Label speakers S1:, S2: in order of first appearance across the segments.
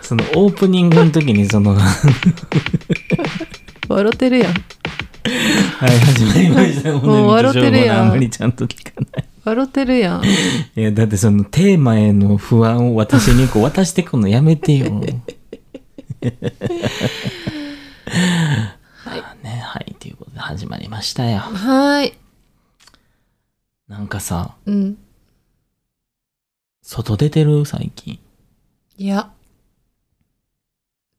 S1: そのオープニングの時にそのはい
S2: 笑ってるやん
S1: 始まりました
S2: もう笑ってるやん
S1: あんまりちゃんと聞かない
S2: 笑ってるやん
S1: いやだってそのテーマへの不安を私にこう渡してくのやめてよまあねはいということで始まりましたよ
S2: はーい
S1: なんかさ
S2: うん
S1: 外出てる最近
S2: いや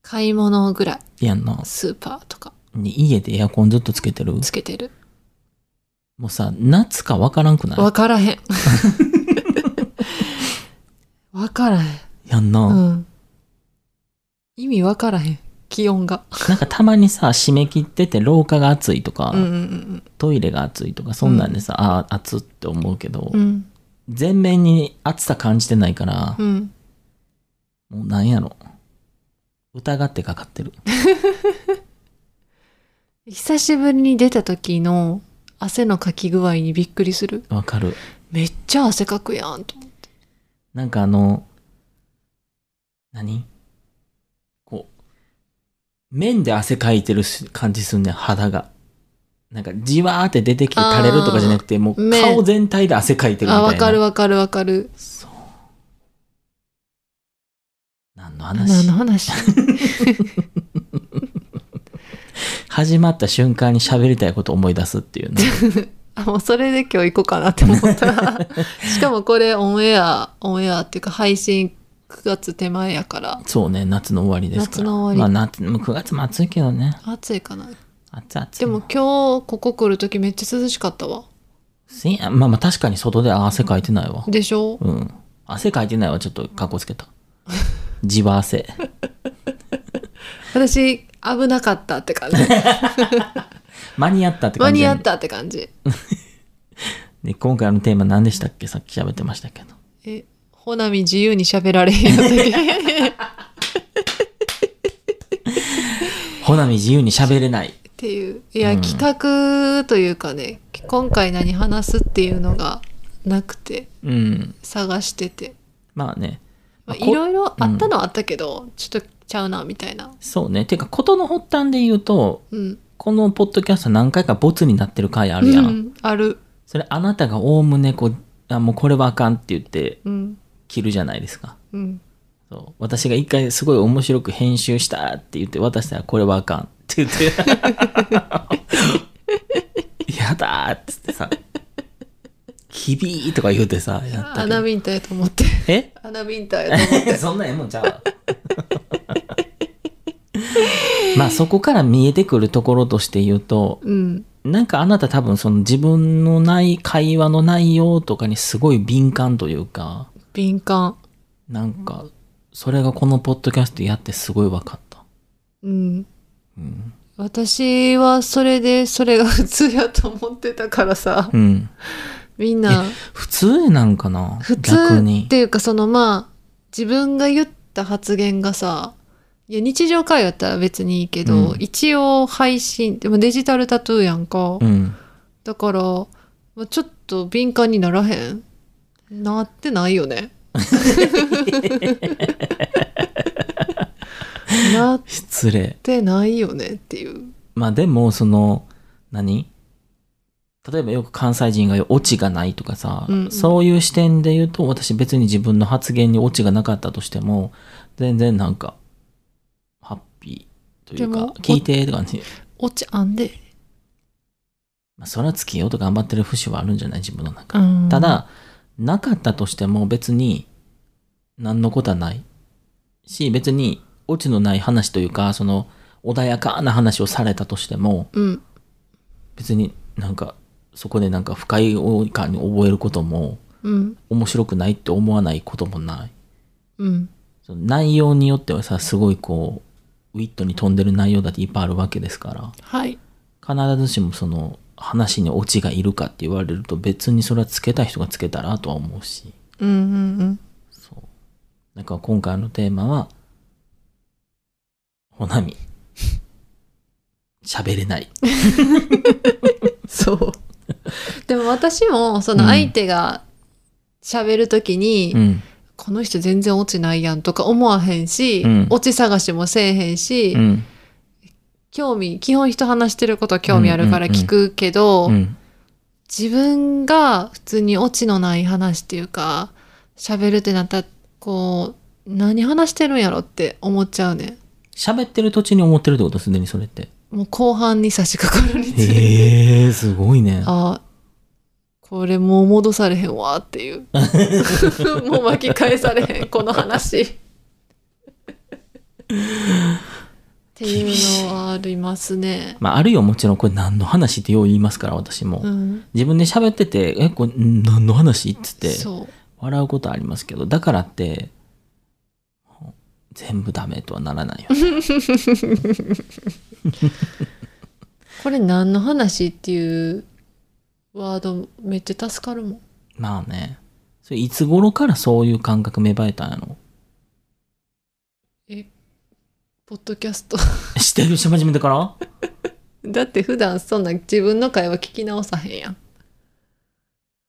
S2: 買い物ぐらい
S1: いやんな
S2: スーパーとか
S1: 家でエアコンずっとつけてる
S2: つけてる
S1: もうさ夏かわからんくな
S2: わから へんわからへん
S1: いやんな、
S2: うん意味わからへん気温が
S1: なんかたまにさ締め切ってて廊下が暑いとか、
S2: うんうん
S1: トイレが暑いとかそんなんでさ、ああ暑って思うけど、
S2: うんうん
S1: 全面に暑さ感じてないから
S2: う、ん
S1: もうなんやろ疑ってかかってる
S2: 久しぶりに出た時の汗のかき具合にびっくりする
S1: わかる
S2: めっちゃ汗かくやんと思って
S1: なんかあの何こう面で汗かいてるし感じすんねん肌がなんかじわーって出てきて垂れるとかじゃなくてもう
S2: 目
S1: 顔全体で汗かいてるみたいな
S2: あわかるわかるわかる
S1: そう何の
S2: 何
S1: 話
S2: の話
S1: 始まった瞬間に喋りたいことを思い出すっていう ね
S2: あもうそれで今日行こうかなって思った しかもこれオンエアオンエアっていうか配信9月手前やから
S1: そうね夏の終わりですから
S2: 夏の終わり
S1: まあ、夏もう9月も暑いけどね
S2: 暑いかな
S1: 暑い暑い
S2: でも今日ここ来る時めっちゃ涼しかったわ
S1: せやまあまあ確かに外で汗かいてないわ
S2: でしょ
S1: うん汗かいてないわちょっとかっこつけた地場汗
S2: 私危なかったって 感じ
S1: 間に合ったって
S2: 間
S1: 感じ
S2: に
S1: や
S2: 合
S1: ね
S2: ったって感じ
S1: で今回のテーマ何でしたっけさっき喋ってましたけど
S2: えほなみ自由に喋られへんやつっ
S1: ほなみ自由に喋れない
S2: ていういや、
S1: うん
S2: 企画というかね今回何話すっていうのがなくて
S1: うん
S2: 探してて、
S1: まあね
S2: まあ、
S1: こ
S2: いろいろあったのはあったけど、ちょっとちゃうなみたいな
S1: そうねていうか事の発端で言うと
S2: うん
S1: このポッドキャスト何回かボツになってる回あるやん、
S2: うん、ある、
S1: それあなたがおおむねこうあもうこれはあかんって言って
S2: うん
S1: 切るじゃないですか
S2: うん、
S1: そう私が一回すごい面白く編集したって言って渡したらこれはあかんって言ってやだーっつってさ「きびー」とか言うてさやった
S2: ア
S1: け
S2: ナ
S1: ど
S2: ビンタやと思って
S1: え
S2: アナビンタやと思って
S1: そんなええもんちゃうわまあそこから見えてくるところとして言うと
S2: うん
S1: なんかあなた多分その自分のない会話の内容とかにすごい敏感というか、
S2: 敏感
S1: なんかそれがこのポッドキャストやってすごい分かった。
S2: うん
S1: うん。
S2: 私はそれでそれが普通やと思ってたから さ
S1: うん、
S2: みんな
S1: 普通なんかな
S2: 普通
S1: 逆
S2: っ
S1: に。
S2: ていうかそのまあ自分が言った発言がさいや日常会話やったら別にいいけど、
S1: うん
S2: 一応配信でもデジタルタトゥーやんか、
S1: うん。
S2: だから、まあ、ちょっと敏感にならへんなってないよ ねなっ
S1: 失礼。
S2: てないよねっていう
S1: まあでもその何例えばよく関西人が言うオチがないとかさ、
S2: うんうん
S1: そういう視点で言うと私別に自分の発言にオチがなかったとしても全然なんかハッピーという
S2: で
S1: か
S2: も
S1: 聞いてって感じ。
S2: おちあんで、
S1: まあ、それはつけようと頑張ってる節はあるんじゃない自分の中、
S2: うん
S1: ただなかったとしても別に何のことはないし別にオチのない話というかその穏やかな話をされたとしても
S2: うん
S1: 別になんかそこでなんか不快感に覚えることも
S2: うん
S1: 面白くないって思わないこともない
S2: うん
S1: その内容によってはさすごいこうウィットに飛んでる内容だっていっぱいあるわけですから
S2: はい
S1: 必ずしもその話にオチがいるかって言われると別にそれはつけた人がつけたらとは思うし
S2: うんうんうん
S1: そうだから今回のテーマは「ほなみ」喋れない
S2: そう。でも私もその相手が喋るときに、
S1: うん
S2: この人全然落ちないやんとか思わへんし、
S1: うん
S2: 落ち探しもせえへんし、
S1: うん。
S2: 興味基本人話してることは興味あるから
S1: うんうんうん
S2: 聞くけど、
S1: うん。
S2: 自分が普通にオチのない話っていうか喋るってなったらこう何話してるんやろって思っちゃうね
S1: 喋ってる途中に思ってるってことすでにそれって。
S2: もう後半に差し掛かるにつれて、
S1: へえー、すごいね。
S2: あこれもう戻されへんわっ ていうもう巻き返されへんこ の話っていうのはありますね、
S1: まあ、あるいはもちろんこれ何の話ってよう言いますから、私も。
S2: うん、
S1: 自分で喋ってて、え、これん何の話っつって
S2: そう
S1: 笑うことありますけど、だからって、全部ダメとはならないよ。
S2: これ何の話っていうワードめっちゃ助かるもん
S1: まあね。それいつ頃からそういう感覚芽生えたんやろ
S2: ポッドキャスト
S1: してるし始めてから
S2: だって普段そんな自分の会話聞き直さへんやん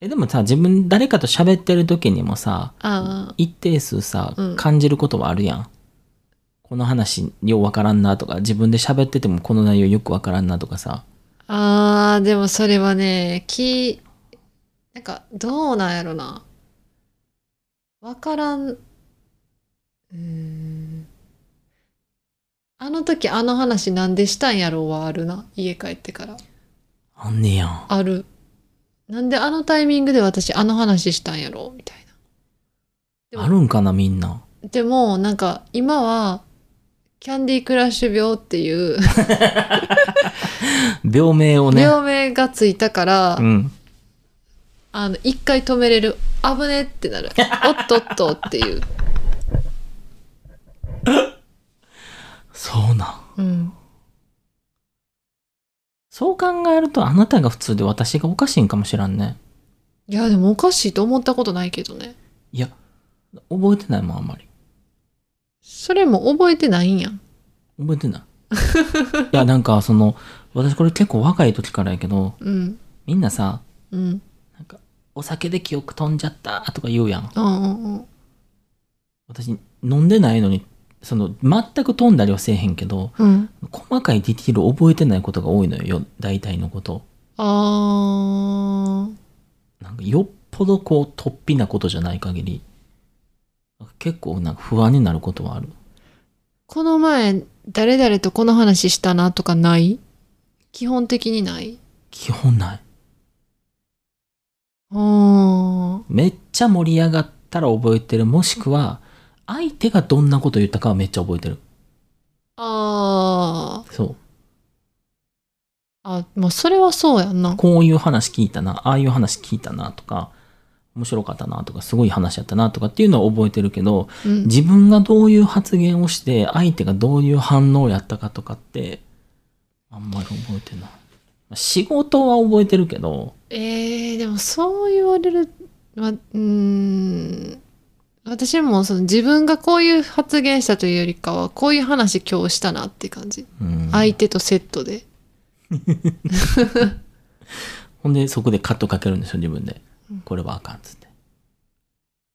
S1: え、でもさ、自分、誰かと喋ってる時にもさ、
S2: ああ
S1: 一定数さ
S2: うん、
S1: 感じることはあるやん。この話、ようわからんなとか、自分で喋っててもこの内容よくわからんなとかさ。
S2: あーでもそれはねきなんかどうなんやろなわからんうーんあの時あの話なんでしたんやろうはあるな家帰ってから
S1: あんねやん。
S2: ある。なんであのタイミングで私あの話したんやろみたいでも
S1: あるんかな、みんな。
S2: な。でも、なんか今は、キャンディークラッシュ病っていう
S1: 病名をね。
S2: 病名がついたから、
S1: うん。
S2: あの、一回止めれる。危ねってなる。おっとっとっていう。
S1: そうなん。
S2: うん。
S1: そう考えると、あなたが普通で私がおかしいんかもしらんね。
S2: いや、でもおかしいと思ったことないけどね。
S1: いや、覚えてないもん、あんまり。
S2: それも覚えてないんやん。
S1: 覚えてない。いや、なんか、その、私これ結構若い時からやけど、
S2: うん。
S1: みんなさ、
S2: うん。
S1: なんか、お酒で記憶飛んじゃったとか言うやん。
S2: うんうんうん。
S1: 私、飲んでないのに、その、全く飛んだりはせえへんけど、
S2: うん。
S1: 細かいディティール覚えてないことが多いのよ、大体のこと。
S2: あー。
S1: なんかよっぽどこう突飛なことじゃない限り結構なんか不安になることはある
S2: この前、誰々とこの話したなとかない基本的にない
S1: 基本ない
S2: あー
S1: めっちゃ盛り上がったら覚えてるもしくは相手がどんなこと言ったかはめっちゃ覚えてる
S2: あー。
S1: そ
S2: あ、まあ、それはそうやんな
S1: う。こういう話聞いたなああいう話聞いたなとか面白かったなとかすごい話やったなとかっていうのは覚えてるけど
S2: うん。
S1: 自分がどういう発言をして相手がどういう反応やったかとかってあんまり覚えてない仕事は覚えてるけど
S2: えー、でもそう言われる、ま、うーん。私もその自分がこういう発言したというよりかは、こういう話今日したなって感じ。
S1: うん
S2: 相手とセットで。
S1: ほんで、そこでカットかけるんでしょ、自分で。これはあかんっつって。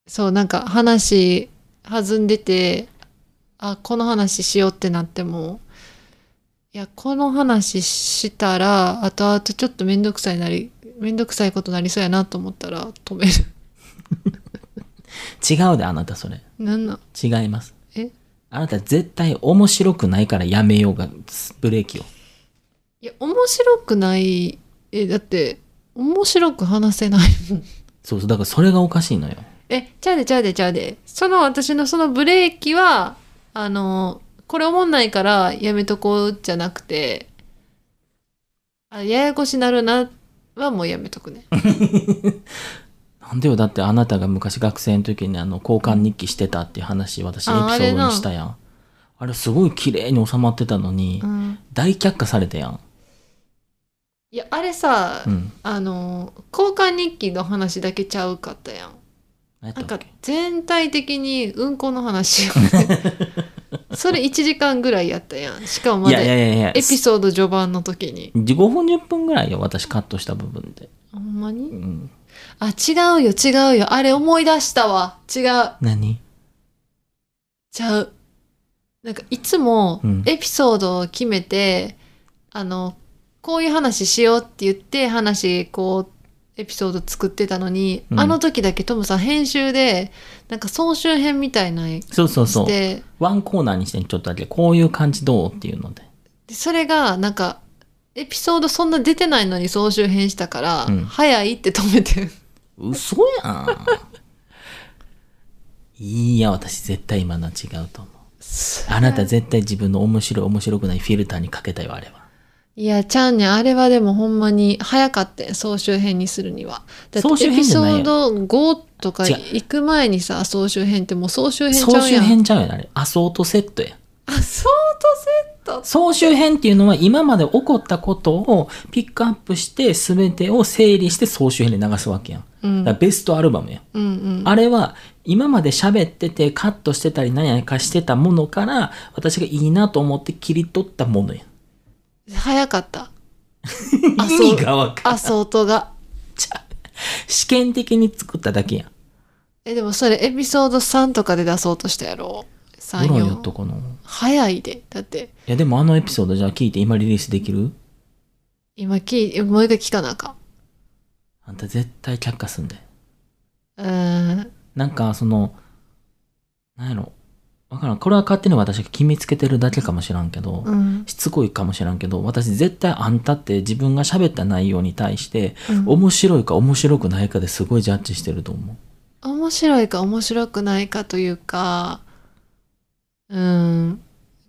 S2: そう、なんか話弾んでて、あ、この話しようってなっても、いや、この話したら、後々ちょっとめんどくさいなり、めんどくさいことなりそうやなと思ったら止める。
S1: 違うで、あなたそれ。
S2: なんなん
S1: 違います。
S2: え
S1: あなた絶対面白くないからやめようが、ブレーキを。
S2: いや、面白くない、え、だって、面白く話せないもん。
S1: そうそう、だからそれがおかしいのよ。
S2: え、ちゃうでちゃうでちゃうで。その私のそのブレーキは、あの、これ思んないからやめとこうじゃなくて、あ、ややこしなるなはもうやめとくね。
S1: なんでよ、だってあなたが昔学生の時にあの、交換日記してたっていう話、私エピソ
S2: ああれ
S1: ード
S2: な
S1: にしたやん。あれすごい綺麗に収まってたのに、
S2: うん。
S1: 大却下されたやん。
S2: いや、あれさ、
S1: うん。
S2: あの、交換日記の話だけちゃうかったやん。
S1: 何
S2: な
S1: やっ
S2: ん
S1: たっ
S2: か
S1: け
S2: 全体的にうんこの話 をねそれ1時間ぐらいやったやん。しかもま
S1: い
S2: だ
S1: やいやいやいや、
S2: エピソード序盤の時に。
S1: 15分10分ぐらいよ、私カットした部分で。
S2: ほんま
S1: う
S2: に
S1: ん。
S2: あ、違うよ、違うよ。あれ思い出したわ。違う。
S1: 何
S2: ちゃう。なんかいつも
S1: うん
S2: エピソードを決めて、あの、こういう話しようって言って話、こう、エピソード作ってたのに、
S1: うん
S2: あの時だけトムさん編集で、なんか総集編みたいなんし
S1: そうそうそう。
S2: て、
S1: ワンコーナーにしてちょっとだけ、こういう感じどうっていうので。
S2: でそれがなんか、エピソードそんな出てないのに総集編したから、
S1: うん
S2: 早いって止めてる。
S1: 嘘やん。いいや、私絶対今のは違うと思う。あなた絶対自分の面白い面白くないフィルターにかけたよ、あれは。
S2: いや、ちゃんねん、あれはでもほんまに早かったん総集編にするには。だって
S1: 総集
S2: エ
S1: 編
S2: ピ
S1: じゃ
S2: ソ
S1: ないよ
S2: ード5とか
S1: 違う
S2: 行く前にさ、総集編ってもう総集編ちゃうや
S1: 総
S2: ん。
S1: 集編ちゃうよね、あれ。アソートセットや。
S2: あ、ソートセット。
S1: 総集編っていうのは今まで起こったことをピックアップして全てを整理して総集編で流すわけやん。
S2: う
S1: だ
S2: ん。
S1: からベストアルバムやん。
S2: うんうん。
S1: あれは今まで喋っててカットしてたり何やかしてたものから私がいいなと思って切り取ったものやん。
S2: 早かった。あそう
S1: 意味がわかん
S2: あ、ソートが。
S1: 試験的に作っただけやん。
S2: え、でもそれエピソード3とかで出そうとしたやろ。3、
S1: どうやっと
S2: 4。
S1: この。い
S2: 早いで。だって、
S1: やでもあのエピソードじゃあ聞いて今リリースできる
S2: 今聞い、もう一回聞かなあかん。
S1: あんた絶対却下すんで。
S2: うーん。
S1: なんかその、なんやろ。わからん。これは勝手に私が決めつけてるだけかもしらんけど、
S2: うん。
S1: しつこいかもしらんけど、私絶対あんたって自分が喋った内容に対して、
S2: うん
S1: 面白いか面白くないかですごいジャッジしてると思う。
S2: 面白いか面白くないかというか、うん、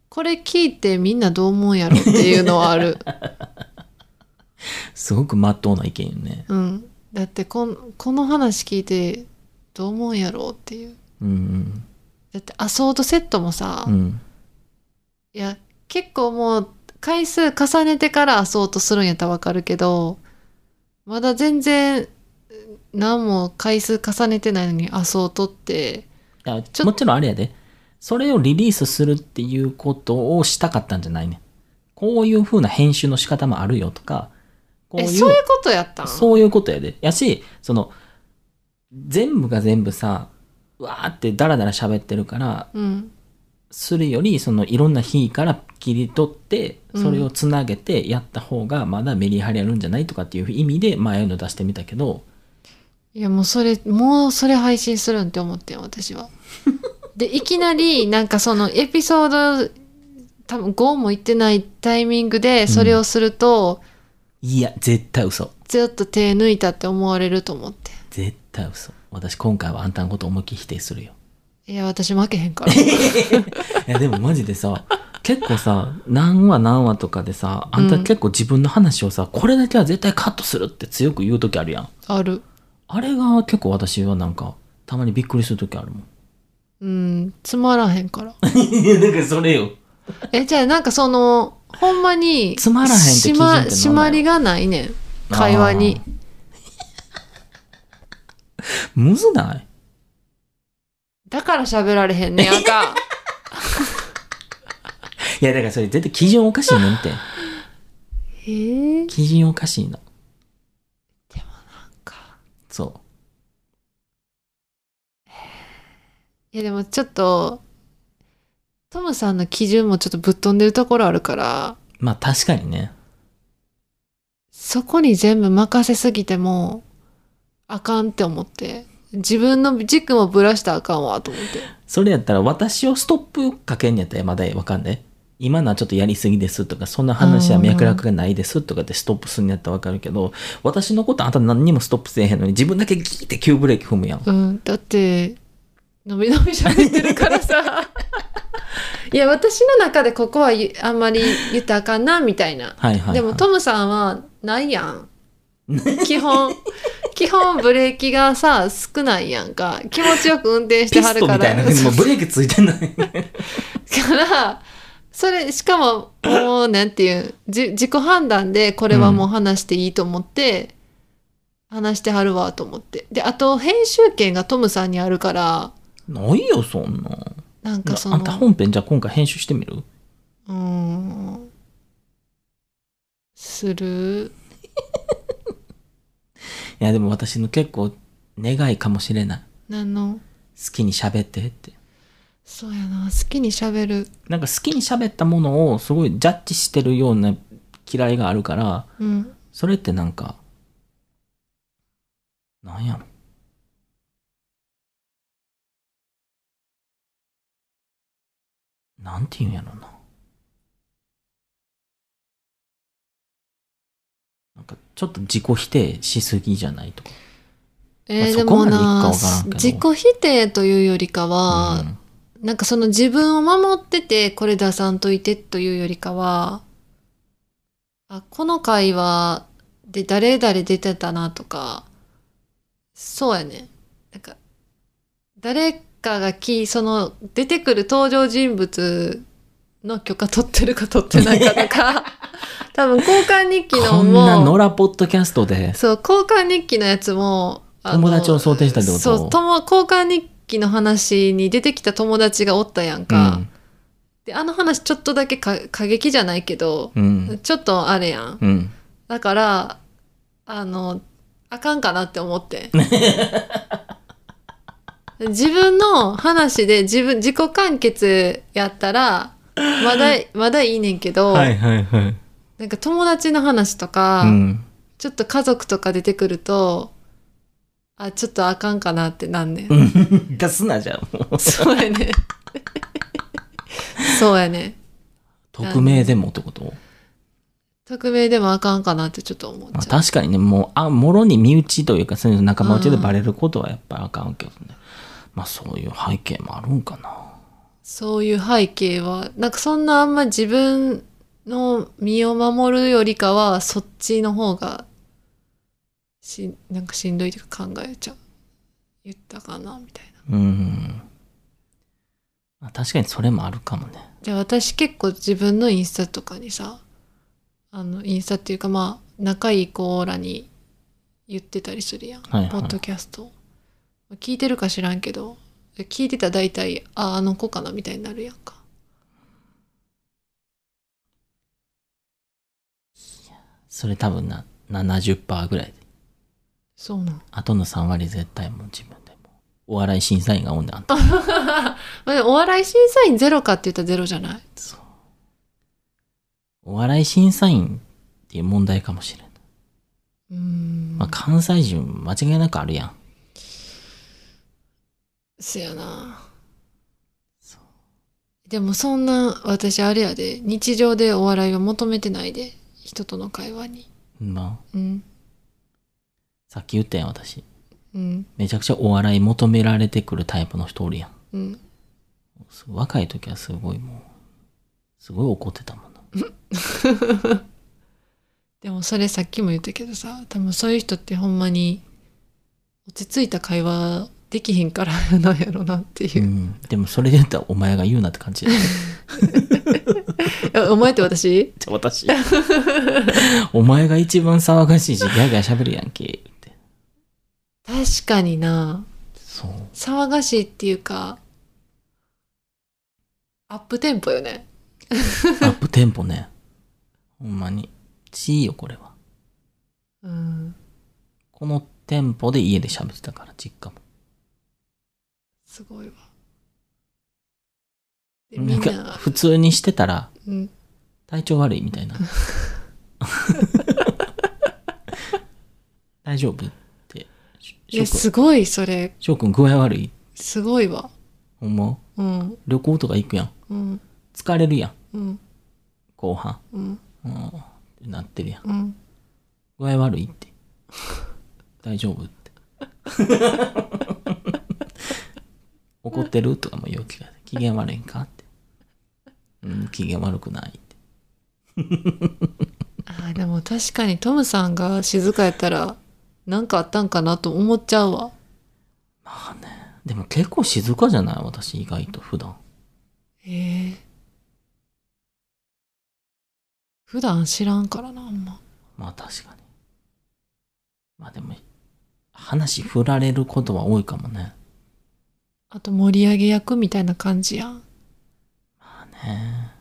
S2: これ聞いてみんなどう思うんやろっていうのは ある。
S1: すごく真っ当な意見よね。
S2: うん、だってこんこの話聞いてどう思うんやろうっていう。
S1: うん
S2: だってアソートセットもさ、
S1: うん。うん。
S2: いや結構もう回数重ねてからアソートするんやったらわかるけど、まだ全然何も回数重ねてないのにアソートって、
S1: いや
S2: ちょ
S1: もちろんあれやで。それをリリースするっていうことをしたかったんじゃないね。こういう風な編集の仕方もあるよとか、こう
S2: え、
S1: いう。
S2: そういうことやったん
S1: そういうことやで。やし、その、全部が全部さ、うわーってダラダラ喋ってるから、
S2: うん。
S1: するより、そのいろんな日から切り取って、
S2: うん
S1: それをつなげてやった方がまだメリハリあるんじゃないとかっていう意味で、まあ、ああいうの出してみたけど、
S2: いやもうそれもうそれ配信するんって思ってん私は。でいきなりなんかそのエピソード多分5も言ってないタイミングでそれをすると、
S1: いや、絶対嘘。
S2: ちょっと手抜いたって思われると思って。
S1: 絶対嘘。私今回はあんたのこと思いっきり否定するよ。
S2: いや私負けへんか ら。
S1: いや、でもマジでさ、結構さ、何話何話とかでさ、あんた結構自分の話をさ、これだけは絶対カットするって強く言う時あるやん。
S2: ある。
S1: あれが結構私はなんか、たまにびっくりするときあるもん。
S2: うんつまらへんから。
S1: いや、なんかそれよ。
S2: えじゃあなんかそのほんまに
S1: つまらへんって基準って
S2: し
S1: 何な
S2: ま
S1: の
S2: 締まりがないねん会話に。
S1: むずない
S2: だから喋られへんねんあ かん。
S1: いや、だからそれ絶対基準おかしいねんって。
S2: へえ。
S1: 基準おかしいの。
S2: か
S1: そ
S2: いやでもちょっとトムさんの基準もちょっとぶっ飛んでるところあるから
S1: う。まあ確かにね。
S2: そこに全部任せすぎてもあかんって思って自分の軸もぶらしたらあかんわと思って
S1: それやったら私をストップかけんやったらまだわかんない。今のはちょっとやりすぎですとか、そんな話は脈絡がないですとかってストップするんやったらわかるけど、私のことあんた何にもストップせえへんのに自分だけギーって急ブレーキ踏むやん。
S2: うんだってのびのび喋ってるからさ いや私の中でここはゆあんまり言ったらあかんなみたいな
S1: はいはい、はい。
S2: でもトムさんはないや ん基本基本ブレーキがさ少ないやんか気持ちよく運転して
S1: ピ
S2: は
S1: ス
S2: る
S1: ト
S2: か
S1: みた
S2: ら
S1: いな、もうブレーキついてない。
S2: からそれしかももうなんていうんじ自己判断でこれはもう話していいと思って、話してはるわと思ってであと編集権がトムさんにあるから
S1: ないよ、そんなん。
S2: なんかそ
S1: あんた
S2: の
S1: 本編じゃあ今回編集してみる
S2: うーんする
S1: いやでも私の結構願いかもしれない。
S2: なんの
S1: 好きに喋ってって。
S2: そうやな好きにしゃべる
S1: なんか好きに喋ったものをすごいジャッジしてるような嫌いがあるから、
S2: うん
S1: それってなんか、なんやろ。なんて言うんやろな。なんかちょっと自己否定しすぎじゃないとか。
S2: えー
S1: まあ
S2: で
S1: そこま
S2: も
S1: でいくか
S2: な
S1: わからんけど
S2: 自己否定というよりかは、なんかその自分を守っててこれ出さんといてというよりかはあこの回はで誰々出てたなとかそうやねなんか誰かがきその出てくる登場人物の許可取ってるか取ってないか とか多分交換日記の
S1: こ
S2: も
S1: んな野良ポッドキャストで、
S2: そう、交換日記のやつも、あの
S1: 友達を想定したってこと
S2: そう、友交換日記の話に出てきた友達がおったやんか。で、あの話ちょっとだけか過激じゃないけど、
S1: うん、うん、
S2: ちょっとあれやん。
S1: うん。
S2: だから、あの、あかんかなって 思って。自分の話で自分、自己完結やったら、まだ、まだいいねんけど、
S1: はいはいはい。
S2: なんか友達の話とか、
S1: うん。
S2: ちょっと家族とか出てくると、あ、ちょっとあかんかなってなんねん。
S1: 出すなじゃん、もう。
S2: そう やねん。そうやねん。
S1: 匿名でもってこと
S2: 匿名でもあかんかなってちょっと思っ
S1: まあ
S2: ちゃう。
S1: 確かにね、もう、あ、もろに身内というか、そういう仲間内でバレることはやっぱりあかんけどね。まあそういう背景もあるんかな。
S2: そういう背景は、なんかそんなあんま自分の身を守るよりかは、そっちの方が、し、なんかしんどいというか考えちゃう。言ったかなみたいな。
S1: うん。まあ確かにそれもあるかもね。
S2: で私結構自分のインスタとかにさあのインスタっていうかまあ仲いい子らに言ってたりするやん、
S1: はいはい
S2: ポッドキャスト聞いてるか知らんけど聞いてたら大体ああの子かなみたいになるやんか
S1: それ多分な、70%ぐらいで。
S2: そうなん
S1: あとの3割絶対もう自分でも。お笑い審査員がおんであんた。
S2: まあでもお笑い審査員ゼロかって言ったらゼロじゃない
S1: そう。お笑い審査員っていう問題かもしれん。
S2: うーん
S1: まあ関西人間違いなくあるやん。
S2: そやな
S1: そ
S2: でもそんな私あれやで日常でお笑いを求めてないで人との会話に
S1: まあ、
S2: うん
S1: さっき言ったやん、私。
S2: うん
S1: めちゃくちゃお笑い求められてくるタイプの人おるやん。
S2: うん
S1: す若い時はすごいもう、すごい怒ってたもんな。
S2: でもそれさっきも言ったけどさ多分そういう人ってほんまに落ち着いた会話できへんから なんやろなっていうう、
S1: ん。でもそれで言ったらお前が言うなって感じ。
S2: えお前って 私
S1: じゃ私。 お前が一番騒がしいし、ギャーギャー喋るやんけ。って。
S2: 確かにな
S1: そう。
S2: 騒がしいっていうかアップテンポよね
S1: アップテンポね。ほんまに。ちいよ、これは。
S2: うん
S1: このテンポで家で喋ってたから、実家も。
S2: すごいわでみ
S1: なん
S2: ん
S1: か
S2: な、
S1: 普通にしてたら、
S2: うん、
S1: 体調悪いみたい な。大丈夫って。し
S2: い
S1: ょ
S2: や
S1: うくん
S2: すごいそれ
S1: 翔くん具合悪い
S2: すごいわ
S1: ほんま
S2: うん
S1: 旅行とか行くやん。
S2: うん
S1: 疲れるやん。
S2: うん
S1: 後半。
S2: うん
S1: うん。ってなってるやん。
S2: うん
S1: 具合悪いって。 大丈夫って。 怒ってるとかも言う気がする機嫌悪いんかって。うん、機嫌悪くないって。
S2: あーでも確かにトムさんが静かやったら何かあったんかなと思っちゃうわ
S1: まあね。でも結構静かじゃない私意外と普段。
S2: へえ普段知らんからなあんま
S1: まあ確かに。まあでも、話振られることは多いかもね。
S2: あと盛り上げ役みたいな感じやん
S1: まあね。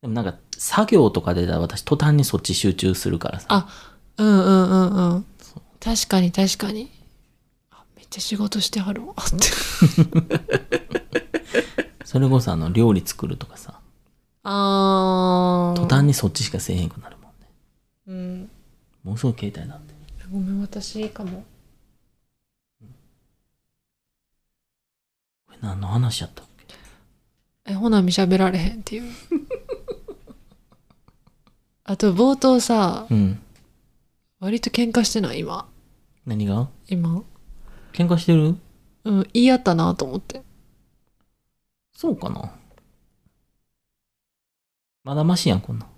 S1: でもなんか、作業とかでだ私途端にそっち集中するからさ。
S2: あうんうんうんうん確かに確かにあめっちゃ仕事してはるわって
S1: それこそあの料理作るとかさ
S2: あー
S1: 途端にそっちしかせえへんくなるもんね
S2: うん
S1: もうすぐ携帯なんて
S2: ごめん私いいかも
S1: これ何の話やったっけ
S2: えほなみ喋られへんっていう あと冒頭さ
S1: うん
S2: 割と喧嘩してない今
S1: 何が
S2: 今
S1: 喧嘩してる
S2: うん言い合ったなと思って
S1: そうかなまだマシやんこんなん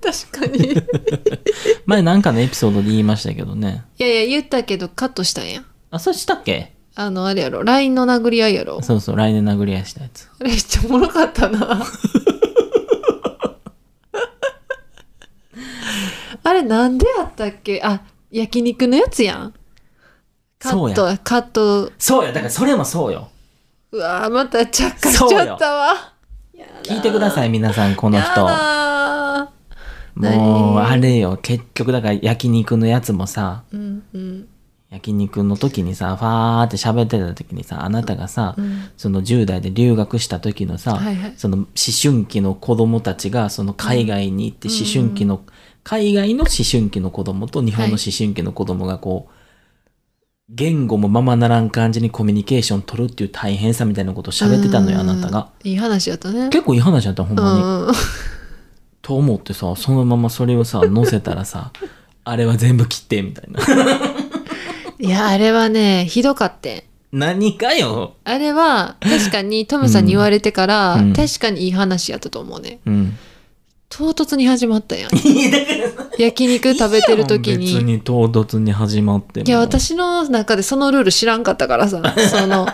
S2: 確かに い
S1: 前なんかのエピソードで言いましたけどね
S2: やいや言ったけどカットしたんやん
S1: あそれしたっけ
S2: あのあれやろ LINE の殴り合いやろ
S1: そうそう来年殴り合いしたやつ
S2: あれめっちゃおもろかったな あれなんでやったっけあ焼肉のやつやんカ
S1: そう
S2: ッ
S1: や
S2: トカット
S1: そうやだからそれもそうよ
S2: うわーまた着火しちゃったわ
S1: 聞いてくださ
S2: い
S1: い皆さんこ
S2: こ
S1: の人もうあれよ結局だから焼肉のやつもさ
S2: うんうん
S1: 焼肉の時にさファーって喋ってた時にさあなたがさ、
S2: うん
S1: その10代で留学した時のさ、
S2: はいはい
S1: その思春期の子供たちがその海外に行って思春期の、海外の思春期の子供と日本の思春期の子供がこう、言語もままならん感じにコミュニケーション取るっていう大変さみたいなことを喋ってたのよあなたが
S2: いい話やったね
S1: 結構いい話だったほん
S2: う
S1: まに、
S2: んうん
S1: と思ってさそのままそれをさ載せたら さあれは全部切ってみたいな
S2: いやあれはねひどかって
S1: 何かよ
S2: あれは確かにトムさんに言われてから、
S1: うん
S2: 確かにいい話やったと思うね
S1: うん
S2: 唐突に始まったや ん
S1: いやだからさ
S2: 焼肉食べてる時
S1: いいやん別
S2: に
S1: に唐突に始まっても
S2: いや私の中でそのルール知らんかったからさそ の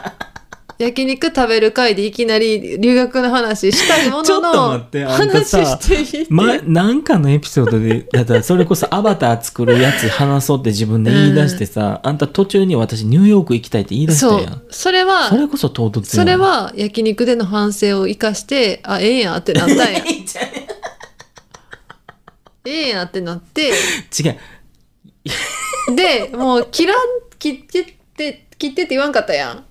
S2: 焼肉食べる回でいきなり留学の話したいも
S1: ちょ
S2: の
S1: っと待
S2: の
S1: ってあんた
S2: 話
S1: さ
S2: していいって、
S1: ま、なんかのエピソードで、だからそれこ そアバター作るやつ話そうって自分で言い出してさ、あんた途中に私ニューヨーク行きたいって言い出した
S2: そ
S1: やん
S2: う。それは
S1: それこそ唐突やん
S2: それ、は焼肉での反省を生かしてあええんやってなったんや ええんやってなって
S1: 違う。
S2: でもう切らん切ってって切ってって言わんかった やん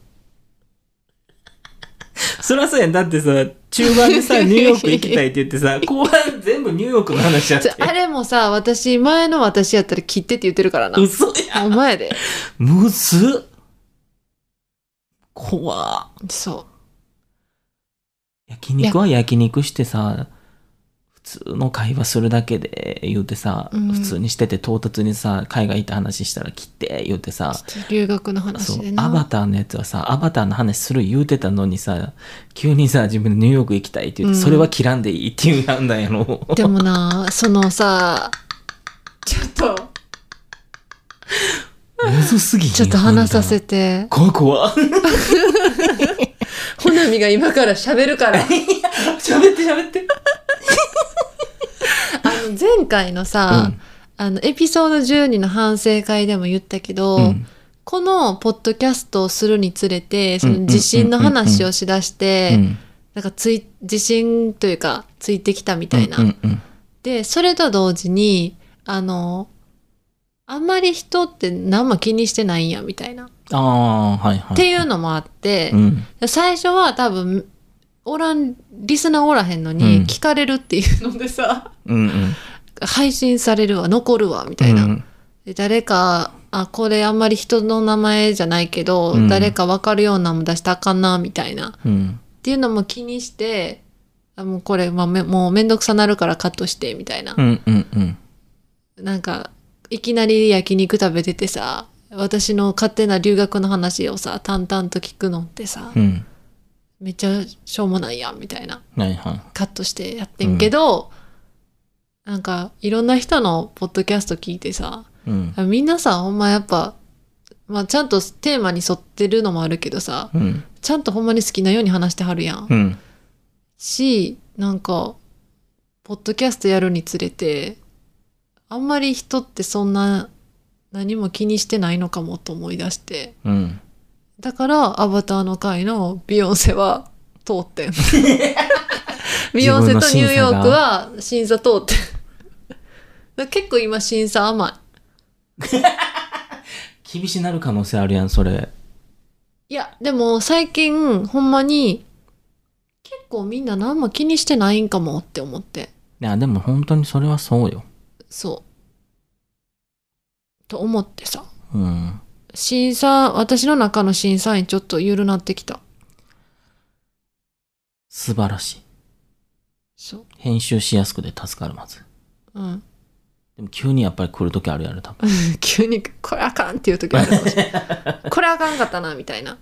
S1: そりゃそうやん。だってさ、中盤で さ、ニューヨーク行きたいって言ってさ、後半全部ニューヨークの話やって
S2: ちょ。あれもさ私前の私やったら切ってって言ってるからな
S1: 嘘や。
S2: お前で
S1: むずっ怖っ
S2: そ
S1: 焼肉は焼肉してさ普通の会話するだけで言うてさ、
S2: うん
S1: 普通にしてて唐突にさ海外行った話したら切って言うてさ
S2: うちょっと留学の
S1: そう
S2: 話で
S1: アバ
S2: な
S1: ターのやつはさアバターの話する言うてたのにさ急にさ自分でニューヨーク行きたいって言って、
S2: うん
S1: それは切らんでいいっていうなんだや ろ
S2: でもなそのさちょっと
S1: むずすぎひん
S2: ちょっと話させて
S1: ほんだら怖い怖い
S2: ほなみが今から喋るからあ
S1: 喋って喋って
S2: の前回のさ、あのエピソード12の反省会でも言ったけど、
S1: うん
S2: このポッドキャストをするにつれてそ
S1: うんうんう
S2: の
S1: ん
S2: 地震の話をしだし
S1: う
S2: て
S1: ん
S2: なんかつい地震というかついてきたみたいな
S1: うんうん
S2: で、それと同時に、あの、あんまり人って何も気にしてないんや、みたいな。っ
S1: ああーはいはい
S2: ていうのもあって
S1: う、ん
S2: 最初は多分、おらん、リスナーおらへんのに
S1: うん
S2: 聞かれるっていうのでさ、
S1: うんうん
S2: 配信されるわ、残るわ、みたいな。
S1: うん
S2: で誰か、あ、これあんまり人の名前じゃないけど、
S1: うん
S2: 誰かわかるようなのも出したらあかんな、みたいな。
S1: うん
S2: っていうのも気にして、あもうこれ、まあめもうめんどくさなるからカットして、みたいな。
S1: うんうんうん
S2: なんか、いきなり焼肉食べててさ、私の勝手な留学の話をさ、淡々と聞くのってさ
S1: う、ん
S2: めっちゃしょうもないやん、みたいな。
S1: はいはい
S2: カットしてやってんけど、なんか、いろんな人のポッドキャスト聞いてさ、
S1: うん
S2: みんなさ、ほんまやっぱ、まあ、ちゃんとテーマに沿ってるのもあるけどさ、
S1: うん
S2: ちゃんとほんまに好きなように話してはるやん。
S1: うん
S2: し、なんか、ポッドキャストやるにつれて、あんまり人ってそんな何も気にしてないのかもと思い出して。
S1: うん
S2: だから、アバターの回のビヨンセは通ってん。ビヨンセとニューヨークは審査通ってん。だから結構今審査甘い。
S1: 厳しなる可能性あるやん、それ。
S2: いや、でも最近、ほんまに、結構みんな何も気にしてないんかもって思って。
S1: いや、でも本当にそれはそうよ。
S2: そう。と思ってさ。
S1: うん。
S2: 審査、私の中の審査員ちょっと緩なってきた。
S1: 素晴らしい。
S2: そ
S1: 編集しやすくて助かる、まず。
S2: う。うん。
S1: でも急にやっぱり来るときあるやろ、多分。
S2: 急に、これあかんっていう 時あるかもしれない。これあかんかったな、みたいな。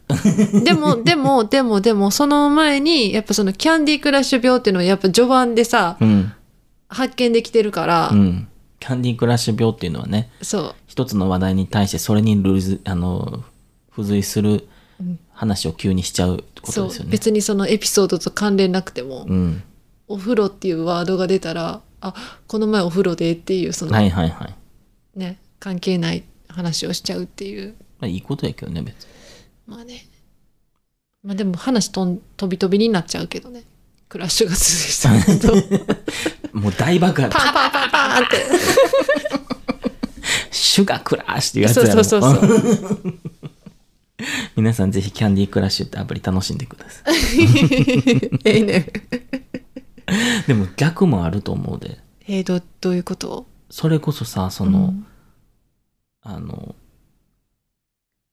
S2: でも、でも、でも、でも、その前に、やっぱそのキャンディークラッシュ病っていうのはやっぱ序盤でさ、
S1: うん。
S2: 発見できてるから、
S1: うん。キャンディークラッシュ病っていうのはね、
S2: そ
S1: 一つの話題に対してそれに類ずあの付随する
S2: うん
S1: 話を急にしちゃう
S2: う。
S1: こと
S2: そう
S1: ですよね。
S2: 別にそのエピソードと関連なくても、
S1: うん。
S2: お風呂っていうワードが出たら、あ、この前お風呂でっていう、その、
S1: はいはいはい。ま
S2: ね、関係ない話をしちゃうっていう。
S1: あ、いいことやけどね、別に。
S2: まあね。まあでも話とん飛び飛びになっちゃうけどね。クラッシュが続いてた らどう
S1: もう大爆発。
S2: パンパンパンパンって。
S1: シュガークラッシュっていうやつ
S2: そ
S1: や
S2: う
S1: ろ。
S2: そうそうそうう。
S1: 皆さんぜひキャンディークラッシュってアプリ楽しんでください。
S2: ええね。
S1: でも逆もあると思うで。
S2: えー、どどういうこと
S1: それこそさ、その、
S2: うん
S1: あの、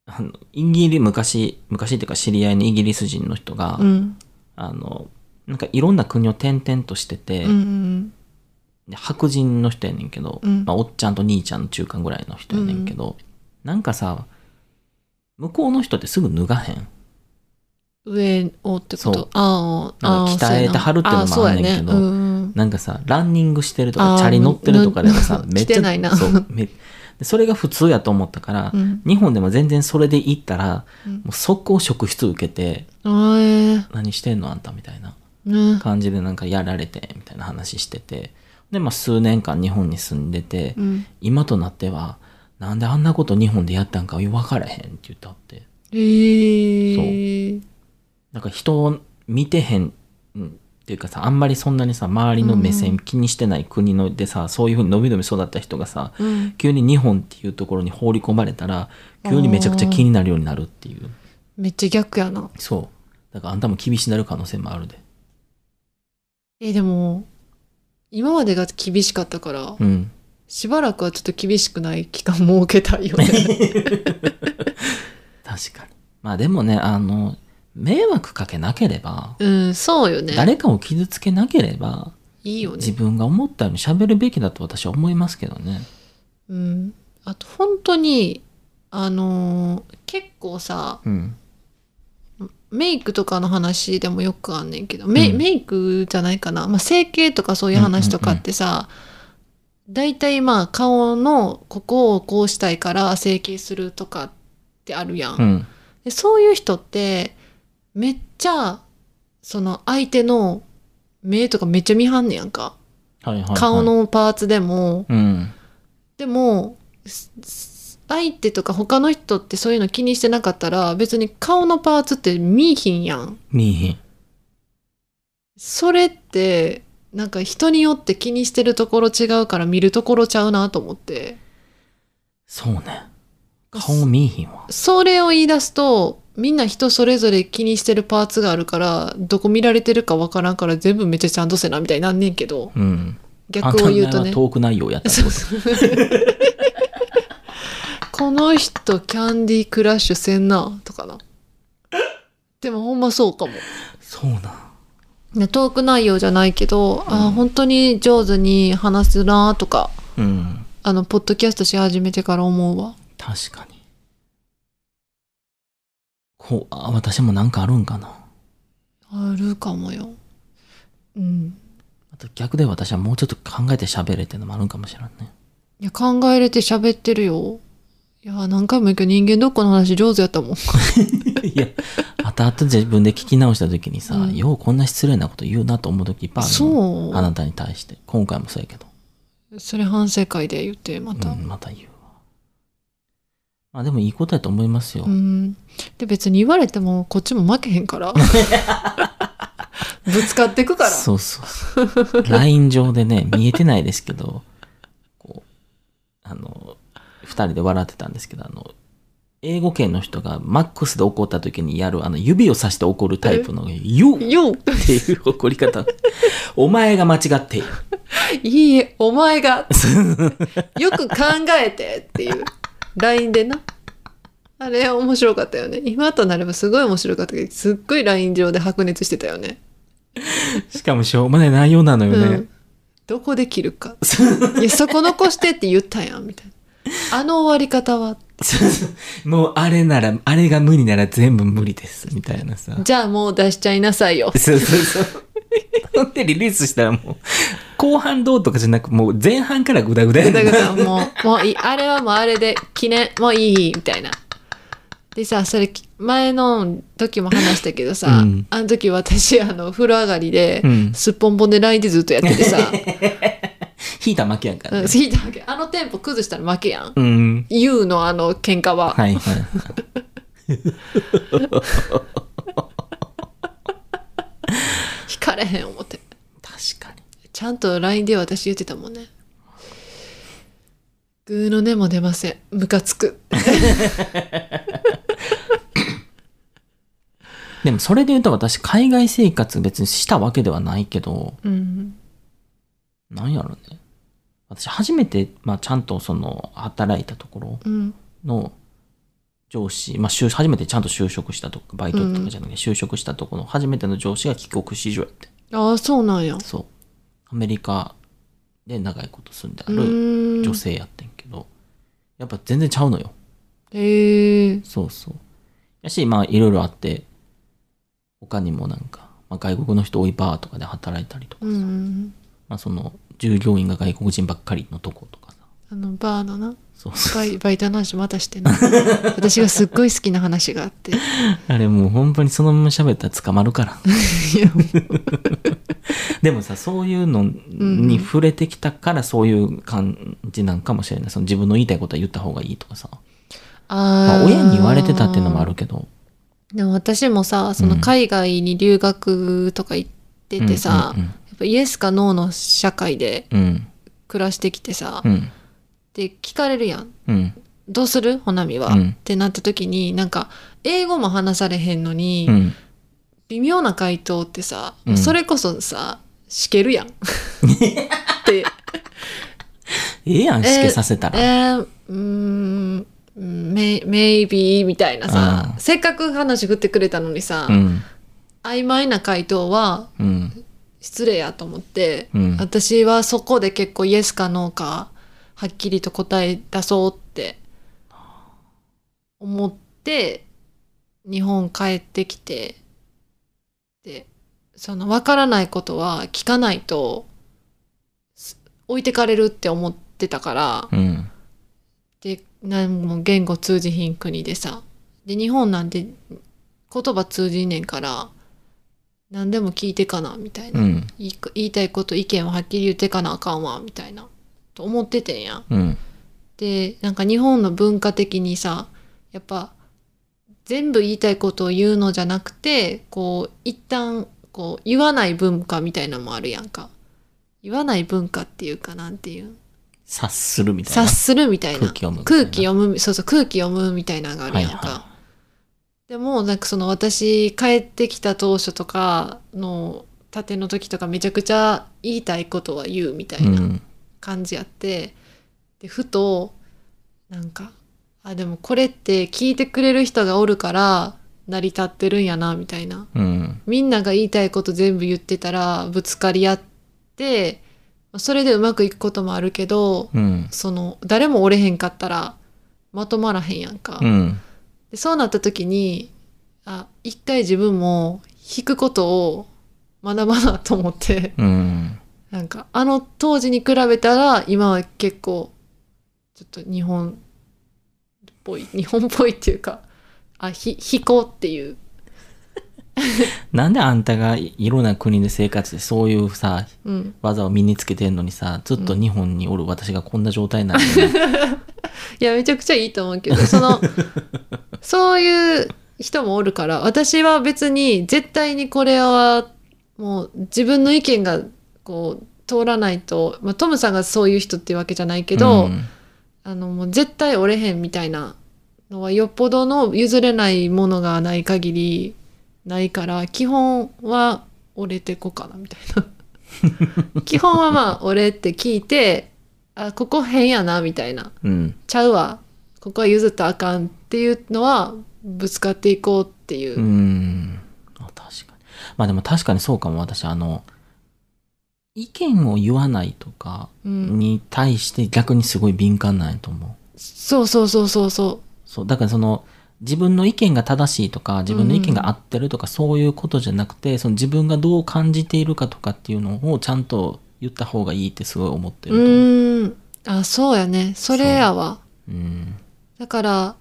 S1: あの、イギリス、昔、昔っていうか知り合いのイギリス人の人が、
S2: うん。
S1: あの、なんかいろんな国を転々としてて、
S2: うんうん
S1: で白人の人やねんけど、
S2: うん
S1: まあ、おっちゃんと兄ちゃんの中間ぐらいの人やねんけど、なんかさ向こうの人ってすぐ脱がへん
S2: うん。上をってこ
S1: そ
S2: と
S1: う
S2: ああ、
S1: なん
S2: あ
S1: か
S2: あ。
S1: 鍛えてはるっていうのも
S2: そうやな
S1: あんねんけど
S2: ああそうやね
S1: なんかさランニングしてると
S2: あ
S1: か
S2: ー
S1: チャリ乗ってるとかでもさ
S2: うん
S1: めっちゃ
S2: 着てないな
S1: そうめ でそれが普通やと思ったから、
S2: うんうん。
S1: 日本でも全然それで行ったら、
S2: うん
S1: もう速攻職質受けて
S2: ああ、ええ
S1: 何してんのあんたみたいな
S2: ね。
S1: 感じでなんかやられてみたいな話しててでまあ数年間日本に住んでて、
S2: うん。
S1: 今となってはなんであんなこと日本でやったんか分からへんって言ったって
S2: えー、
S1: なんか人を見てへんうんっていうかさあんまりそんなにさ周りの目線気にしてない国のでさ、そういうふうにのびのび育った人がさ
S2: そう。うん。
S1: 急に日本っていうところに放り込まれたら急にめちゃくちゃ気になるようになるっていう
S2: めっちゃ逆やな。
S1: そうだからあんたも厳しになる可能性もあるで
S2: えー、でも、今までが厳しかったから、
S1: うん
S2: しばらくはちょっと厳しくない期間設けたい よね。
S1: 確かにまあでもねあの迷惑かけなければ
S2: うん、そうよね。
S1: 誰かを傷つけなければ
S2: いいよ
S1: 自
S2: ね。
S1: 分が思ったように喋るべきだと私は思いますけどね。
S2: うん。あと、本当に、あのー結構さ、
S1: うん。
S2: メイクとかの話でもよくあんねんけど、メ,、
S1: うん
S2: メイクじゃないかな。まあ、整形とかそういう話とかってさ、大体まあ顔のここをこうしたいから整形するとかってあるやん
S1: う。ん。
S2: でそういう人ってめっちゃその相手の目とかめっちゃ見はんねやんか、
S1: はいはい、はい。
S2: 顔。のパーツでも
S1: うん。
S2: でもすす相手とか他の人ってそういうの気にしてなかったら別に顔のパーツって見いひんやん
S1: 見えへん。
S2: それってなんか人によって気にしてるところ違うから見るところちゃうなと思って
S1: そうね。顔見えへんわ。
S2: それを言い出すとみんな人それぞれ気にしてるパーツがあるからどこ見られてるかわからんから全部めっちゃちゃんとせなみたいになんねんけど
S1: うん。
S2: 逆を言うと
S1: あんた
S2: ね
S1: はトーク内容やったってこと。
S2: この人キャンディークラッシュせんなとかなでもほんまそうかも
S1: そうな。
S2: ねトーク内容じゃないけど、あー本当に上手に話すなとか
S1: うん。
S2: あのポッドキャストし始めてから思うわ
S1: 確かに。こう、あ、私もなんかあるんかな。
S2: あるかもようん
S1: あと逆で私はもうちょっと考えて喋れってのもあるんかもしれんね。
S2: いや考えれて喋ってるよいや何回も言うけど人間ドックの話上手やったもん
S1: いや、後々自分で聞き直した時にさ、
S2: うん
S1: ようこんな失礼なこと言うなと思う時いっぱいあるの
S2: そう
S1: あなたに対して。今回もそうやけど。
S2: それ反省会で言ってまた、う
S1: うんん、また言うわまあでもいいことやと思いますよ、
S2: で別に言われてもこっちも負けへ んからぶつかってくから
S1: そうそうそう LINE 上でね見えてないですけどこうあの2人で笑ってたんですけどあの英語圏の人がマックスで怒った時にやる、あの、指をさして怒るタイプの、You! っ
S2: よ
S1: ていう怒り方。お前が間違っている。
S2: いいえ、お 前が、よく考えてっていう、LINE でな。あれ面白かったよね。今となればすごい面白かったけど、すっごい LINE 上で白熱してたよね。
S1: しかもしょうもない内容なのよ
S2: う
S1: ね
S2: ん。。どこで切 るか。いや、そこ残してって言ったやん、みたいな。あの終わり方は、
S1: もうあれなら、あれが無理なら全部無理です、みたいなさ。
S2: じゃあもう出しちゃいなさいよ。
S1: そうそうそう。 ほんでリリースしたらもう、後半どうとかじゃなく、もう前半からグダグダや
S2: だ
S1: ね
S2: からさもう、もういい、あれはもうあれで記念、もういい、みたいな。でさ、それ、前の時も話したけどさ、
S1: うん
S2: あの時私、あの、風呂上がりで、
S1: うん
S2: すっぽんぽんで LINE でずっとやって てさ、
S1: 引いた負けやんか
S2: う
S1: ら
S2: ん、
S1: ね。
S2: 引いたわけ。あのテンポ崩したら負けやん。
S1: うん。
S2: 言うの、あの、喧嘩は。
S1: はいはい。
S2: 引かれへん、思って。
S1: 確かに。
S2: ちゃんと LINE で私言ってたもんね。グーの音も出ません。ムカつく。
S1: でもそれで言うと私、海外生活別にしたわけではないけど、
S2: うん。
S1: なんやろね。私、初めて、まあ、ちゃんとその、働いたところ
S2: うん。
S1: の上司、まあ、就初めてちゃんと就職したとこバイトとかじゃなくて、就職したところの初めての上司が帰国子女やって。
S2: ああ、そうなんや。
S1: そう。アメリカで長いこと住んであ
S2: う
S1: る
S2: ーん。
S1: 女性やってんけど、やっぱ全然ちゃうのよ。
S2: へえ
S1: そうそう。やし、まあ、いろいろあって、他にもなんか、まあ、外国の人多いバーとかで働いたりとか、
S2: うん。
S1: まあ、その、従業員が外国人ばっかりのとことかさ。
S2: あのバーのな
S1: そう そう。
S2: バイバイトの話またし てな私がすっごい好きな話があってい
S1: あれもう本当にそのまま喋ったら捕まるから。
S2: や
S1: でもさ、そういうのに触れてきたから、そういう感じなんかもしれない。その自分の言いたいことは言った方がいいとかさ。ま
S2: あ
S1: あ、
S2: ー
S1: 親に言われてたっていうのもあるけど。
S2: でも私もさその海外に留学とか行っててさ、
S1: うん
S2: やっぱイエスかノーの社会で
S1: うん
S2: 暮らしてきてさ、
S1: うん。うん。
S2: で聞かれるやん
S1: うん。
S2: どうするほなみは、
S1: うん
S2: ってなった時になんか英語も話されへんのに、
S1: うん。
S2: 微妙な回答ってさ、
S1: うん
S2: それこそさしけ るやんって
S1: ええやん、しけさせたら。
S2: えー、うーん、メイ、メイビーみたいなさ、
S1: うん
S2: せっかく話振ってくれたのにさ、
S1: うん。
S2: 曖昧な回答は
S1: うん。
S2: 失礼やと思って、
S1: うん
S2: 私はそこで結構イエスかノーか、はっきりと答え出そうって思って、日本帰ってきて、で、その分からないことは聞かないと、す置いてかれるって思ってたから、
S1: うん。
S2: で何も言語通じひん国でさで日本なんて言葉通じんねんから何でも聞いてかなみたいな、
S1: うん。
S2: 言いか言いたいこと意見をはっきり言ってかなあかんわみたいなと思っててんや
S1: うん。
S2: でなんか日本の文化的にさやっぱ全部言いたいことを言うのじゃなくてこう一旦こう言わない文化みたいなのもあるやんか言わない文化っていうかなんていうん
S1: 察するみたいな。
S2: 察するみたいな
S1: 空気読むみたいな
S2: 空気読むそうそう空気読むみたいなのがあるやんか、
S1: はいは。
S2: でもなんかその私帰ってきた当初とかの盾の時とかめちゃくちゃ言いたいことは言うみたいうなん感じやって、でふとなんかあでもこれって聞いてくれる人がおるから成り立ってるんやなみたいな
S1: うん。
S2: みんなが言いたいこと全部言ってたらぶつかり合ってそれでうまくいくこともあるけど、
S1: うん。
S2: その誰も折れへんかったらまとまらへんやんか、
S1: うん。
S2: でそうなった時にあ一回自分も弾くことを学ばなと思って
S1: うん。
S2: なんかあの当時に比べたら今は結構ちょっと日本っぽい日本っぽいっていうかあひ弾こうっていう
S1: なんであんたがいろんな国で生活してそういうさ、
S2: うん
S1: 技を身につけてんのにさ、ずっと日本におる私がこんな状態なんだよね
S2: いやめちゃくちゃいいと思うけどそのそういう人もおるから私は別に絶対にこれはもう自分の意見がこう通らないと、まあ、トムさんがそういう人っていうわけじゃないけど、
S1: うん
S2: あのもう絶対折れへんみたいなのはよっぽどの譲れないものがない限りないから基本は折れてこかなみたいな基本はまあ俺って聞いてあここ変やなみたいな
S1: うん。
S2: ちゃうわここは譲ったらあかんっていうのはぶつかっていこうっていう
S1: ー
S2: う、
S1: ん。あ確かに。まあでも確かにそうかも。私、あの、意見を言わないとか
S2: うん
S1: に対して逆にすごい敏感なんやと思う。
S2: そうそうそうそうそ
S1: そう。だからその、自分の意見が正しいとか、自分の意見が合ってるとか、そういうことじゃなくて、その自分がどう感じているかとかっていうのをちゃんと言った方がいいってすごい思って
S2: う
S1: る
S2: う
S1: と思う。
S2: ーんあそうやねそれやわ
S1: うん。
S2: だから、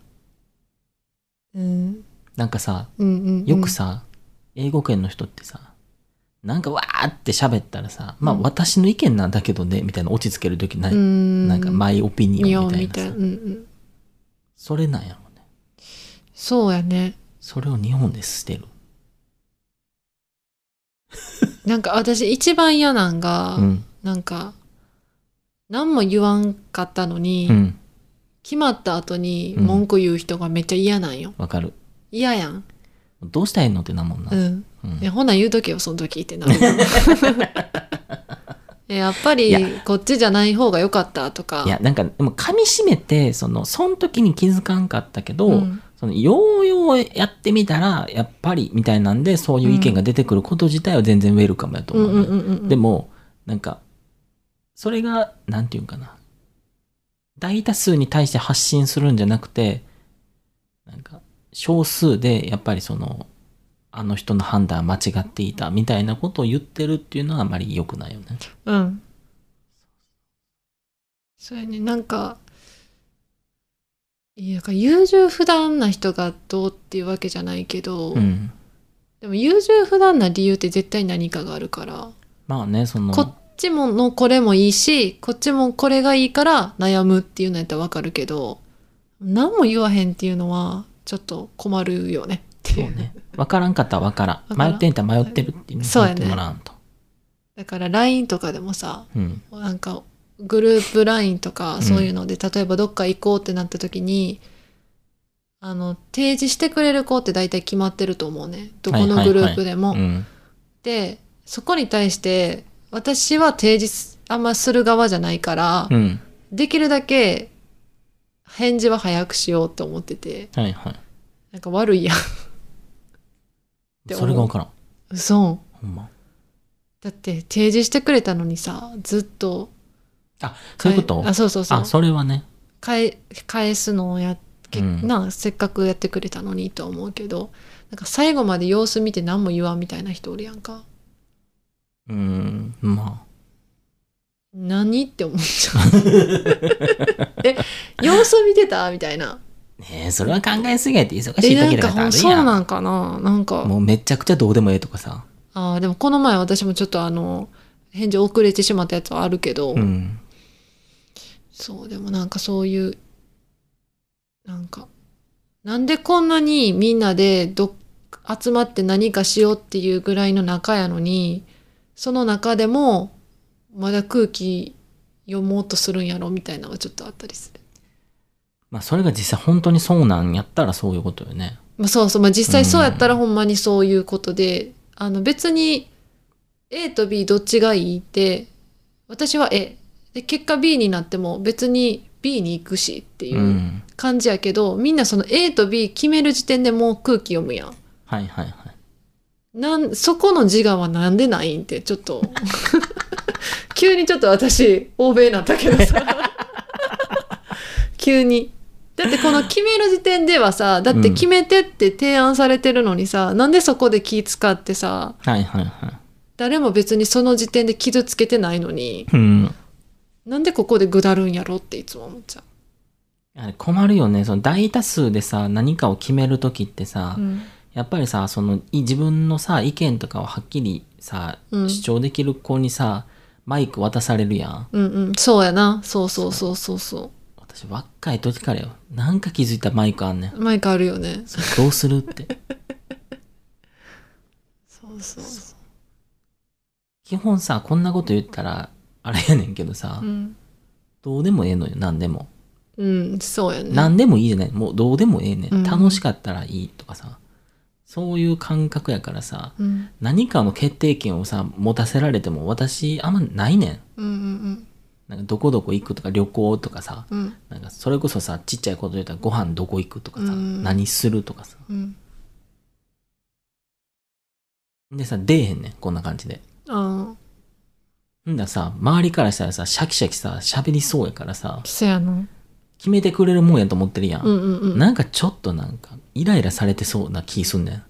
S2: うん、
S1: なんかさ、
S2: うんうんうん
S1: よくさ、英語圏の人ってさ、なんかわーって喋ったらさ、まあ
S2: うん
S1: 私の意見なんだけどね、みたいな落ち着けるときない。
S2: うん
S1: なんかマイオピニ
S2: 匂
S1: オン
S2: う
S1: みたいな
S2: みた
S1: さ
S2: いな、うんうん、
S1: それなんやろうね。
S2: そうやね
S1: それを日本で捨てる。
S2: なんか私一番嫌なんが、
S1: うん。
S2: なんか何も言わんかったのに、
S1: うん。
S2: 決まった後に
S1: うん
S2: 文句言う人がめっちゃ嫌なんよ
S1: わかる。
S2: 嫌やん
S1: どうしたらいいのってなもんな。
S2: うん
S1: うん
S2: いやほんなん言うとけよその時っ てなるえやっぱ
S1: いや
S2: りこっちじゃない方が良かったとか
S1: いや、なんか、でも噛み締めて、その、その時に気づかんかったけど、
S2: うん
S1: その、ようようやってみたら、やっぱり、みたいなんで、そういう意見が出てくること自体は全然ウェルカムやと
S2: う
S1: 思う、
S2: ん
S1: ね
S2: うんうんうん
S1: でも、なんか、それが、なんていうんかな。大多数に対して発信するんじゃなくて、なんか、少数で、やっぱりその、あの人の判断間違っていたみたいなことを言ってるっていうのはあまり良くないよね。
S2: うん。そうやね、なんか、いや、なんか優柔不断な人がどうっていうわけじゃないけど、
S1: うん。
S2: でも優柔不断な理由って絶対何かがあるから、
S1: まあね、その、
S2: こっちものこれもいいし、こっちもこれがいいから悩むっていうのやったらわかるけど、何も言わへんっていうのは、ちょっと困るよねって
S1: そ
S2: いうう。
S1: ね。わからんかったらわから
S2: わ
S1: ん。
S2: からん
S1: 迷ってんたら迷ってるっていうね。
S2: そうや
S1: 思
S2: ね
S1: ってもらわんと。
S2: だから LINE とかでもさ、
S1: うん。
S2: なんかグループ LINE と
S1: う
S2: か
S1: ん
S2: そういうので、例えばどっか行こうってなった時にあの提示してくれる子って大体決まってると思うねどこのグループでも。
S1: うん。
S2: でそこに対して私は提示あんまする側じゃないから、
S1: うん。
S2: できるだけ返事は早くしようと思ってて
S1: はいはい。
S2: なんか悪いやん て思
S1: そ
S2: う
S1: れがわからん。
S2: 嘘
S1: ほんま。
S2: だって提示してくれたのにさずっと
S1: あ、そういうこと
S2: あそうそうそう
S1: あ、それはね。
S2: 返返すのをやけ、
S1: うん
S2: なせっかくやってくれたのにとは思うけどなんか最後まで様子見て何も言わんみたいな人おるやんか
S1: うん。まあ。
S2: 何って思っちゃう え様子見てたみたいな
S1: ねえ、それは考えすぎやって忙し
S2: え
S1: い
S2: な
S1: 時
S2: ん
S1: だか
S2: からほ
S1: あ
S2: ん
S1: る
S2: そう
S1: やん。
S2: なんかななんか
S1: もうめちゃくちゃどうでもええとかさ。
S2: あーでもこの前私もちょっとあの返事遅れてしまったやつはあるけど、
S1: うん。
S2: そうでもなんかそういうなんかなんでこんなにみんなでどっ集まって何かしようっていうぐらいの仲やのにその中でもまだ空気読もうとするんやろみたいなのがちょっとあったりする。
S1: まあそれが実際本当にそうなんやったらそういうことよね。
S2: まあ、そうそう、まあ、実際そうやったらほんまにそういうことで、あの別に A と B どっちがいいって私は A で結果 B になっても別に B に行くしっていうう。
S1: ん。
S2: 感じやけどみんなその A と B 決める時点でもう空気読むやん。
S1: はいはいはい。
S2: なんそこの自我はなんでないんってちょっと 急にちょっと私欧米なんだけどさ 急にだってこの決める時点ではさだって決めてって提案されてるのにさ、なんでそこで気使ってさ
S1: はいはいは
S2: 誰も別にその時点で傷つけてないのに
S1: い。うん。
S2: なんでここでぐだるんやろっていつも思っちゃ
S1: あれ困るよね。その大多数でさ、何かを決めるときってさ、
S2: う。うん
S1: やっぱりさ、そのい自分のさ、意見とかをはっきりさ、
S2: うん
S1: 主張できる子にさ、マイク渡されるやん。
S2: うんうん、そうやなそうそうそうそうそう
S1: 私若い時からよ。なんか気づいたらマイクあんねん。
S2: マイクあるよね。
S1: それどうするって。
S2: そうそうそ
S1: 基本さ、こんなこと言ったら、あれやねんけどさ、
S2: う。うん。
S1: どうでもええのよ、何でも。
S2: うん、そうよね。
S1: 何でもいいじゃないもうどうでもええね、
S2: う
S1: ん、
S2: ん
S1: 楽しかったらいいとかさそういう感覚やからさ
S2: うん、
S1: 何かの決定権をさ持たせられても私あんまないねん
S2: うん、うん、
S1: なんかどこどこ行くとか旅行とかさ
S2: うん、うん
S1: なんかそれこそさちっちゃいこと言ったらご飯どこ行くとかさ、
S2: うん
S1: 何するとかさ
S2: うん。
S1: でさ出えへんねんこんな感じで
S2: あ
S1: んださ周りからしたらさシャキシャキさ喋りそうやからさ
S2: あ、そやな。
S1: 決めてくれるもんやと思ってるやん、
S2: うん、うん、うん。
S1: なんかちょっとなんかイライラされてそうな気すんねん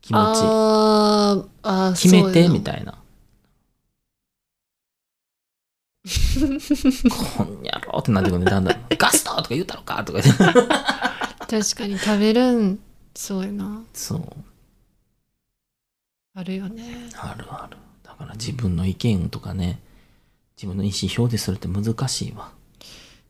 S1: 気持ち
S2: あーあー、
S1: 決めてみ
S2: い
S1: た いなこんやろってなってくるねだんだん「ガスト!」とか言うたのかとか言って
S2: な。確かに食べるん、そうやな。
S1: そう
S2: あるよね。
S1: あるあるだから自分の意見とかね自分の意思表示するって難しいわ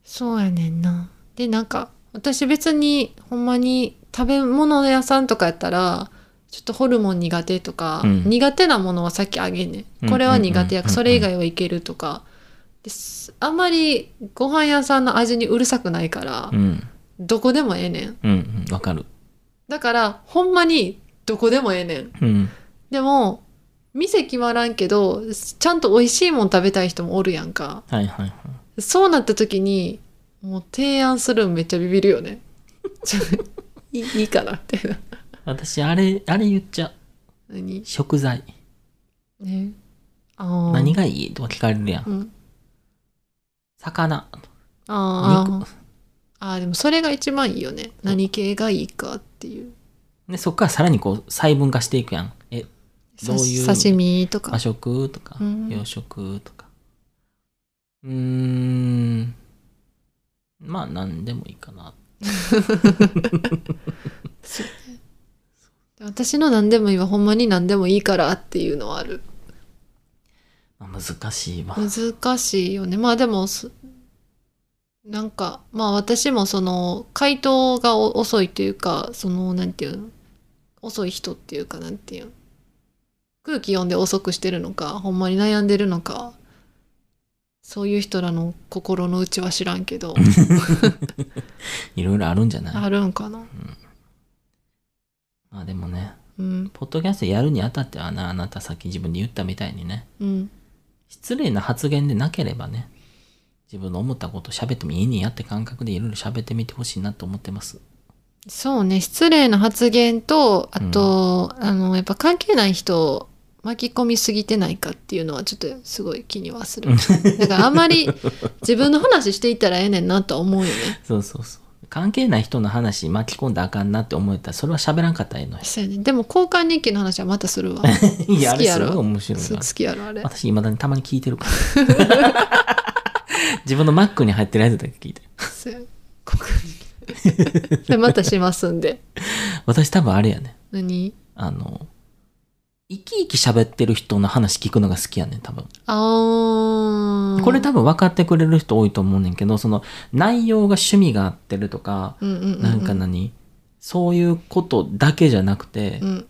S2: そうやねんな。で、なんか、私別に、ほんまに、食べ物屋さんとかやったら、ちょっとホルモン苦手とか、
S1: うん
S2: 苦手なものはさっきあげんね。
S1: うんん
S2: これは苦手や、
S1: うんうんうん
S2: それ以外はいけるとか。ですあんまりご飯屋さんの味にうるさくないから、
S1: うん
S2: どこでもええねん。
S1: うんうんわかる
S2: だから、ほんまにどこでもええねん。
S1: うん
S2: でも、店決まらんけど、ちゃんと美味しいもん食べたい人もおるやんか。
S1: はいはいはい
S2: そうなった時に、もう提案するんめっちゃビビるよね。 ちょいいいいかなみたいな。
S1: 私あれあれ言っちゃう
S2: 何
S1: 食材
S2: ね。ああ。
S1: 何がいいとか聞かれるやん
S2: うん。
S1: 魚
S2: あ
S1: 肉
S2: ーあー。でもそれが一番いいよね。何系がいいかっていう。
S1: でそっからさらにこう細分化していくやんえどういう
S2: さ刺身とか
S1: 和。食とか
S2: うん
S1: 洋食とかうーんまあ何でもいいかな
S2: 私の何でもいいはほんまに何でもいいからっていうのはある。
S1: まあ難しいわ
S2: 難しいよねまあでもすなんかまあ私もその回答がお遅いというかそのなんていうの遅い人っていうかなんていうの空気読んで遅くしてるのかほんまに悩んでるのかそういう人らの心の内は知らんけど
S1: いろいろあるんじゃない
S2: あるんかな
S1: まあでもね
S2: うん
S1: ポッドキャストやるにあたってはなあなたさっき自分で言ったみたいにね
S2: うん
S1: 失礼な発言でなければね自分の思ったこと喋ってもいいねやって感覚でいろいろ喋ってみてほしいなと思ってます
S2: そうね失礼な発言とあと、あのやっぱ関係ない人を巻き込みすぎてないかっていうのはちょっとすごい気にはす るだからあんまり自分の話していったらええねんなとは思うよね
S1: そうそうそう関係ない人の話巻き込んだらあかんなって思えたらそれは喋らんかったらええの
S2: そうやねでも交換日記の話はまたす るわ
S1: いやあ
S2: 好き
S1: れ
S2: や
S1: す
S2: ろ
S1: ごい面白い
S2: す
S1: か
S2: 好
S1: ら
S2: きやろあれ
S1: 私いまだにたまに聞いてるから 自分の Mac に入ってるやつだけ聞いてる
S2: そうや交換日記でまたしますんで
S1: 私多分あれやね
S2: 何
S1: あの生き生き喋ってる人の話聞くのが好きやねん多分
S2: あー
S1: これ多分分かってくれる人多いと思うねんけどその内容が趣味が合ってるとか、
S2: うんうんうんうん
S1: なんか何そういうことだけじゃなくて、
S2: うん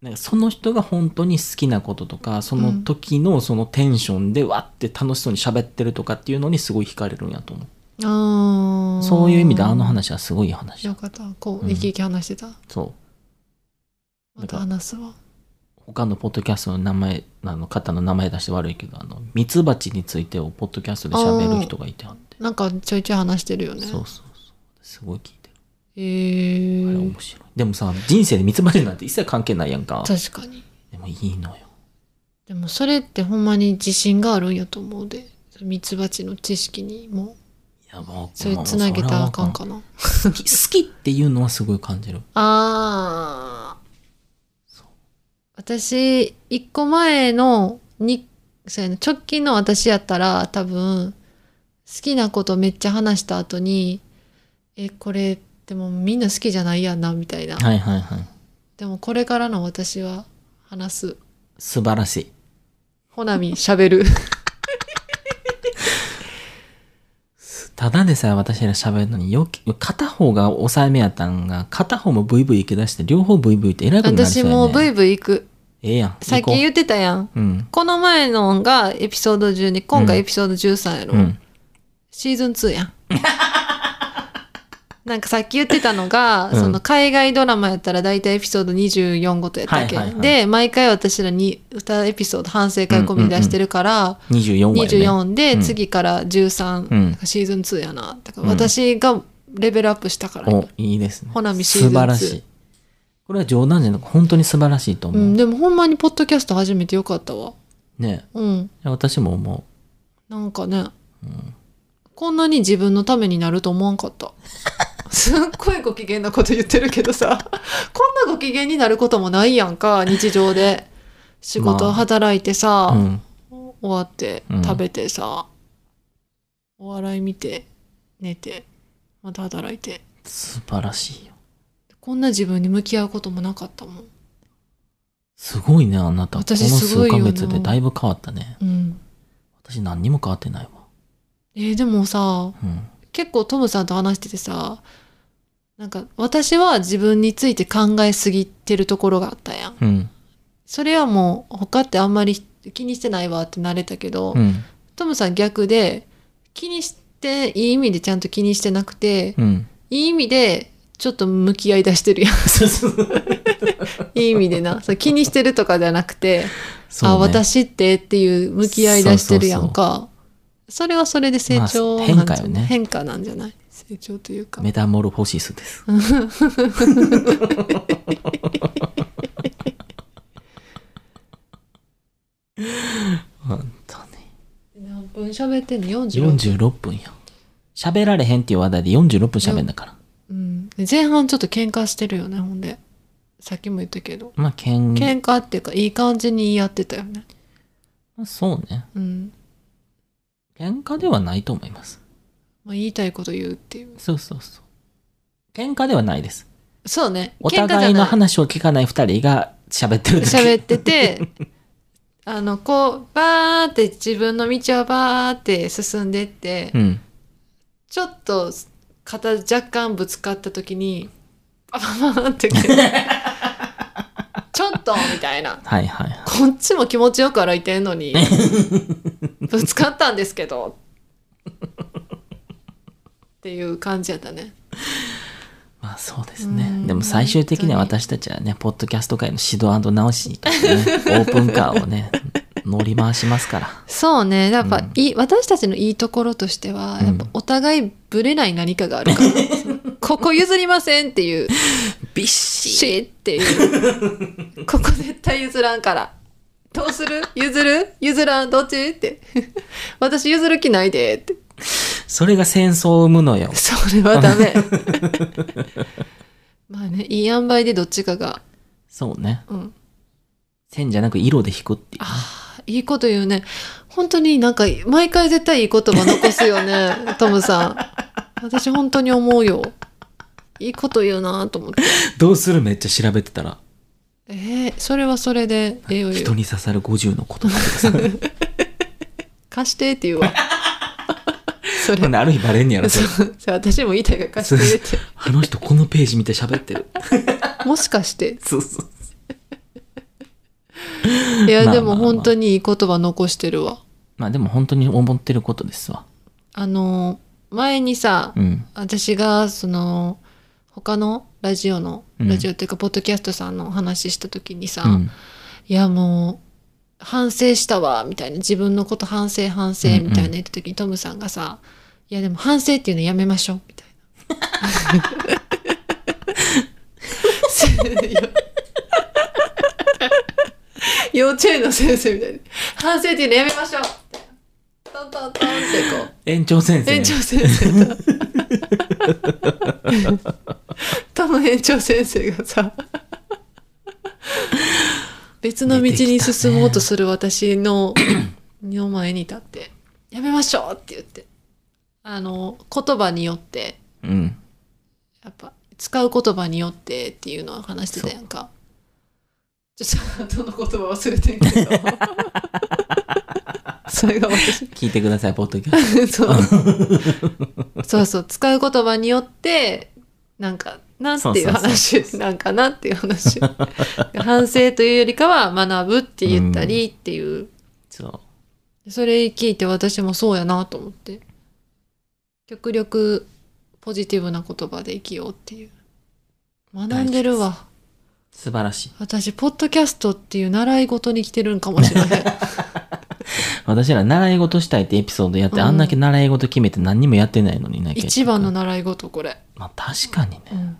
S1: なんかその人が本当に好きなこととかその時のそのテンションでわって楽しそうに喋ってるとかっていうのにすごい惹かれるんやと思う、
S2: あー
S1: そういう意味であの話はすごいいい話
S2: よかったこう生き生き話してた、
S1: そう
S2: また話すわ
S1: 他のポッドキャストの名前あの方の名前出して悪いけどあのミツバチについてをポッドキャストで喋る人がいてはって
S2: なんかちょいちょい話してるよね。
S1: そうそうそうすごい聞いてる
S2: え
S1: あれ
S2: ー、
S1: 面白いでもさ人生でミツバチなんて一切関係ないやんか
S2: 確かに。
S1: でもいいのよ
S2: でもそれってほんまに自信があるんやと思うで。ミツバチの知識にも
S1: いやもう
S2: それつなげたらあかんかな。
S1: 好き好きっていうのはすごい感じる
S2: あー。私、一個前の、に、そうやな、直近の私やったら多分、好きなことめっちゃ話した後に、え、これ、でもみんな好きじゃないやんな、みたいな。
S1: はいはいはい
S2: でもこれからの私は話す。
S1: 素晴らしい
S2: ほなみ、喋る。
S1: ただでさえ私ら喋るのによき片方が抑えめやったんが片方もブイブイ行き出して両方ブイブイって偉くなりそうやね
S2: 私もうブイブイ行く。
S1: ええやん
S2: さっき
S1: 行こ
S2: 言ってたやん。
S1: ううん
S2: この前のがエピソード12、今回エピソード13やろ。
S1: うん
S2: シーズン2やん。 なんかさっき言ってたのが、
S1: うん
S2: その海外ドラマやったら大体エピソード24ごとやったっけ、
S1: はいはいはい
S2: で毎回私らに歌エピソード反省会込みで出してるから、
S1: 24話やね。
S2: 24で
S1: うん
S2: 次から13、
S1: うん
S2: なんかシーズン2やなだから
S1: うん
S2: 私がレベルアップしたから、
S1: お、いいですね。
S2: ほなみシーズン
S1: 素晴らしい。これは冗談じゃなく、本当に素晴らしいと思
S2: う
S1: う。
S2: ん、でもほんまにポッドキャスト始めてよかったわ
S1: ね
S2: うん
S1: いや私も思
S2: なんかね、こんなに自分のためになると思わんかった すっごいご機嫌なこと言ってるけどさこんなご機嫌になることもないやんか日常で仕
S1: ま
S2: 事
S1: あ
S2: 働いて
S1: う。
S2: さ、
S1: うん。
S2: 終わって
S1: うん
S2: 食べてさ、お笑い見て寝てまた働いて
S1: 素晴らしいよ。
S2: こんな自分に向き合うこともなかったもん
S1: すごいね、あなた。この
S2: 私すご
S1: 数
S2: いよ
S1: ヶ
S2: な
S1: 月でだいぶ変わったね。
S2: うん
S1: 私何にも変わってないわ。
S2: えーでもさ
S1: うん。
S2: 結構トムさんと話しててさなんか私は自分について考えすぎてるところがあったやん
S1: うん。
S2: それはもう他ってあんまり気にしてないわって慣れたけど、
S1: うん。
S2: トムさん逆で気にしていい意味でちゃんと気にしてなくて、
S1: うん。
S2: いい意味でちょっと向き合い出し てるやんいい意味でなそう気にしてるとかじゃなくて、
S1: そうね
S2: あ私ってっていう向き合い出してるやんかそれはそれで成長
S1: まあ
S2: なんじゃな
S1: 変化
S2: い
S1: よね
S2: 変化なんじゃない成長というか
S1: メタモルフォシスです。本当ね。
S2: 何分喋ってんの40
S1: 46分や。喋られへんっていう話題で46分喋んだから。
S2: うん、前半ちょっと喧嘩してるよねほんでさっきも言ったけど
S1: まあ、けん、
S2: 喧嘩っていうかいい感じに言い合ってたよね
S1: まあ、そうね。
S2: うん、
S1: 喧嘩ではないと思います。
S2: まあ、言いたいこと言うっていう
S1: そうそうそう。喧嘩ではないです。
S2: そうね
S1: お互いの
S2: 喧嘩じゃない
S1: 話を聞かない二人が喋ってるだけ。
S2: 喋ってて あのこうバーって自分の道をバーって進んでって、
S1: うん。
S2: ちょっと肩若干ぶつかった時にパパパーンっ て来てちょっとみたいな
S1: はいはいはい。
S2: こっちも気持ちよく歩いてんのにぶつかったんですけどっていう感じやったね
S1: まあそうですね
S2: う。ん
S1: でも最終的には
S2: 本当
S1: 私たちはね、ポッドキャスト界の指導直しに行って ね、オープンカーをね、乗り回しますから。
S2: そうねやっぱ、
S1: うん
S2: いい私たちのいいところとしては、
S1: うん
S2: やっぱお互いぶれない何かがあるから ここ譲りませんっていう
S1: びっし
S2: シーってい うここ絶対譲らんからどうする譲る譲らんどっちって 私譲る気ないでって
S1: それが戦争を生むのよ。
S2: それは ダメまあねいい塩梅でどっちかが
S1: そうね。
S2: うん
S1: 線じゃなく色で引くっていう。
S2: あーいいこと言うね本当になんか毎回絶対いい言葉残す よねトムさん私本当に思うよいいこと言うなと思って
S1: どうするめっちゃ調べてたら、
S2: えー、それはそれでええよええ
S1: 人
S2: よ
S1: に刺さる50の言葉とかさ。
S2: 貸してって言 うわそれ
S1: ほんである日バレんねやろ、それ
S2: そうそれ私も言いたいから貸してって
S1: あの人このページ見て喋ってる。
S2: もし かして
S1: そうそう。
S2: いや
S1: まあ
S2: で
S1: ま
S2: も
S1: あまあ
S2: 本当にいい言葉残してるわ
S1: まあでも本当に思ってることですわ。
S2: あのー前にさ、
S1: うん。
S2: 私がその他のラジオの、
S1: うん
S2: ラジオっていうかポッドキャストさんのお話しした時にさ、
S1: うん。
S2: いやもう反省したわみたいな自分のこと反省反省みたいな言った時にトムさんがさ「いやでも反省っていうのやめましょう」みたい な。いや幼稚園の先生みたいに「反省っていうのやめましょう」みたいなトントントンってこう。
S1: 園長先生。
S2: 園長先生だ多分園長先生がさ別の道に進もうとする私の の前に立って「やめましょう!」って言ってあの言葉によって
S1: うん。
S2: やっぱ使う言葉によってっていうのを話してたやんかちょっとどの言葉忘れてんけどそれが私
S1: 聞いてください、ポッドキャス
S2: そうそうそう使う言葉によってなんかなんていう
S1: そうそうそう
S2: 話なんかなっていう話反省というよりかは学ぶって言ったりっていう、
S1: ト。そう。
S2: それ聞いて私もそうやなと思って極力ポジティブな言葉で生きようっていう。学んでるわ。
S1: 素晴らしい。
S2: 私、ポッドキャストっていう習い事に来てるんかも しれへん。
S1: 私ら習い事したいってエピソードやって、
S2: うん
S1: あんだけ習い事決めて何にもやってないのにね。結局
S2: 一番の。習い事、これ。
S1: まあ確かにね。
S2: うん。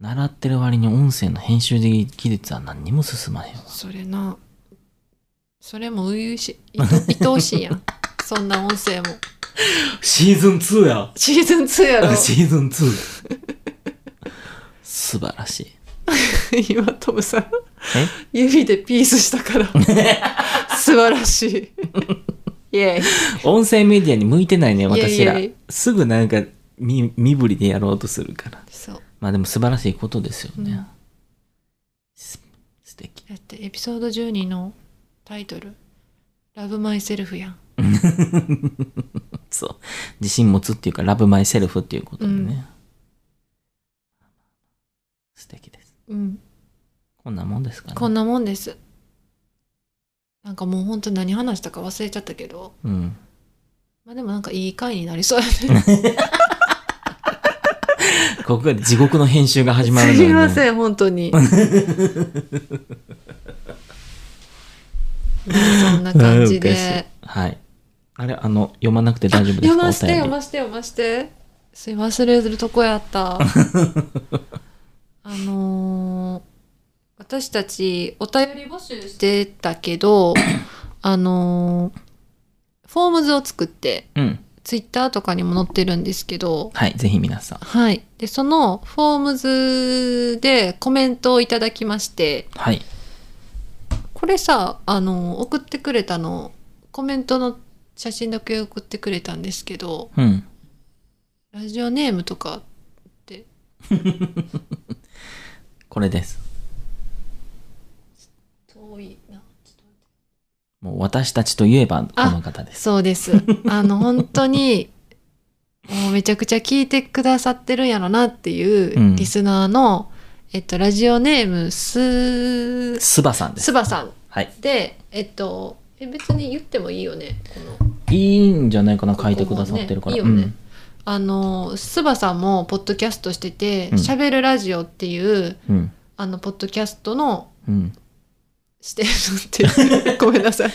S1: 習ってる割に音声の編集技術は何にも進まへんわ。
S2: それな。それも初々しい。いと 愛おしいやん。そんな音声も。
S1: シーズン2や。。
S2: シーズン2やろ
S1: シーズン2。素晴らしい。
S2: 今、トムさん
S1: え。
S2: 指でピースしたから。 素晴らしい。イェイ。
S1: 音声メディアに向いてないね、私ら
S2: いやいやいや。
S1: すぐなんか身身振りでやろうとするから。
S2: そう。
S1: まあでも素晴らしいことですよね。
S2: うん
S1: す素敵。
S2: だってエピソード12のタイトル「ラブマイセルフ」やん
S1: そう。自信持つっていうか、ラブマイセルフっていうことでね。
S2: うん
S1: 素敵です。
S2: うん
S1: こんなもんですかね。
S2: こんなもんですなんかもうほんと何話したか忘れちゃったけど
S1: うん。
S2: まあでもなんかいい回になりそうやね
S1: ここで地獄の編集が始まるの
S2: す
S1: よ、ね。
S2: いません本当にまあそんな感
S1: うんお
S2: じ
S1: かしい
S2: で
S1: はい。あれ、あの、読まなくて大丈夫ですか
S2: 読まして
S1: お便り
S2: 読まして読ましてすい忘れるとこやったあのー私たちお便り募集してたけどあのーフォームズを作って
S1: うん。
S2: ツイッターとかにも載ってるんですけど
S1: はい、ぜひ皆さん。
S2: はいでそのフォームズでコメントをいただきまして
S1: はい。
S2: これさあのー送ってくれたのコメントの写真だけ送ってくれたんですけど
S1: うん。
S2: ラジオネームとか
S1: これです。
S2: 遠いな。
S1: もう私たちといえば、この方です。
S2: そう です。あの、本当に、もうめちゃくちゃ聞いてくださってるんやろなっていううんリスナーの、えっと、ラジオネーム、す、
S1: スバさんです。
S2: すばさん
S1: はい。
S2: で、えっと、え別に言ってもいいよね、この。
S1: いいんじゃないかな、書いてくださってるから。
S2: ここもねいいよねあの、すばさんもポッドキャストしてて、
S1: うん
S2: 喋、るラジオっていう、
S1: うん。うん。
S2: あの、ポッドキャストの、
S1: うん。
S2: してるって、ごめんなさい。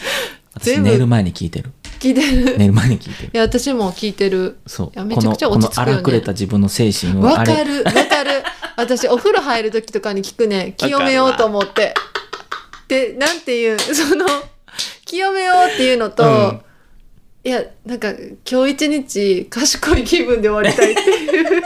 S1: 私
S2: 全部
S1: 寝る前に聞いてる。
S2: 聞いてる。
S1: 寝る前に聞いてる
S2: い。や、私も聞いてる。
S1: そう。
S2: いやめちゃくちゃ落ち着く
S1: こ
S2: よ
S1: の
S2: ね
S1: この荒くれた自分の精神を
S2: わ
S1: あ
S2: か
S1: れ
S2: る、わかる。私、お風呂入る時とかに聞くね。
S1: かる
S2: 清
S1: わ
S2: めようと思って。で、なんていう、その、清めようっていうのと、
S1: うん
S2: いや、なんか、今日一日、賢い気分で終わりたいっ ていう。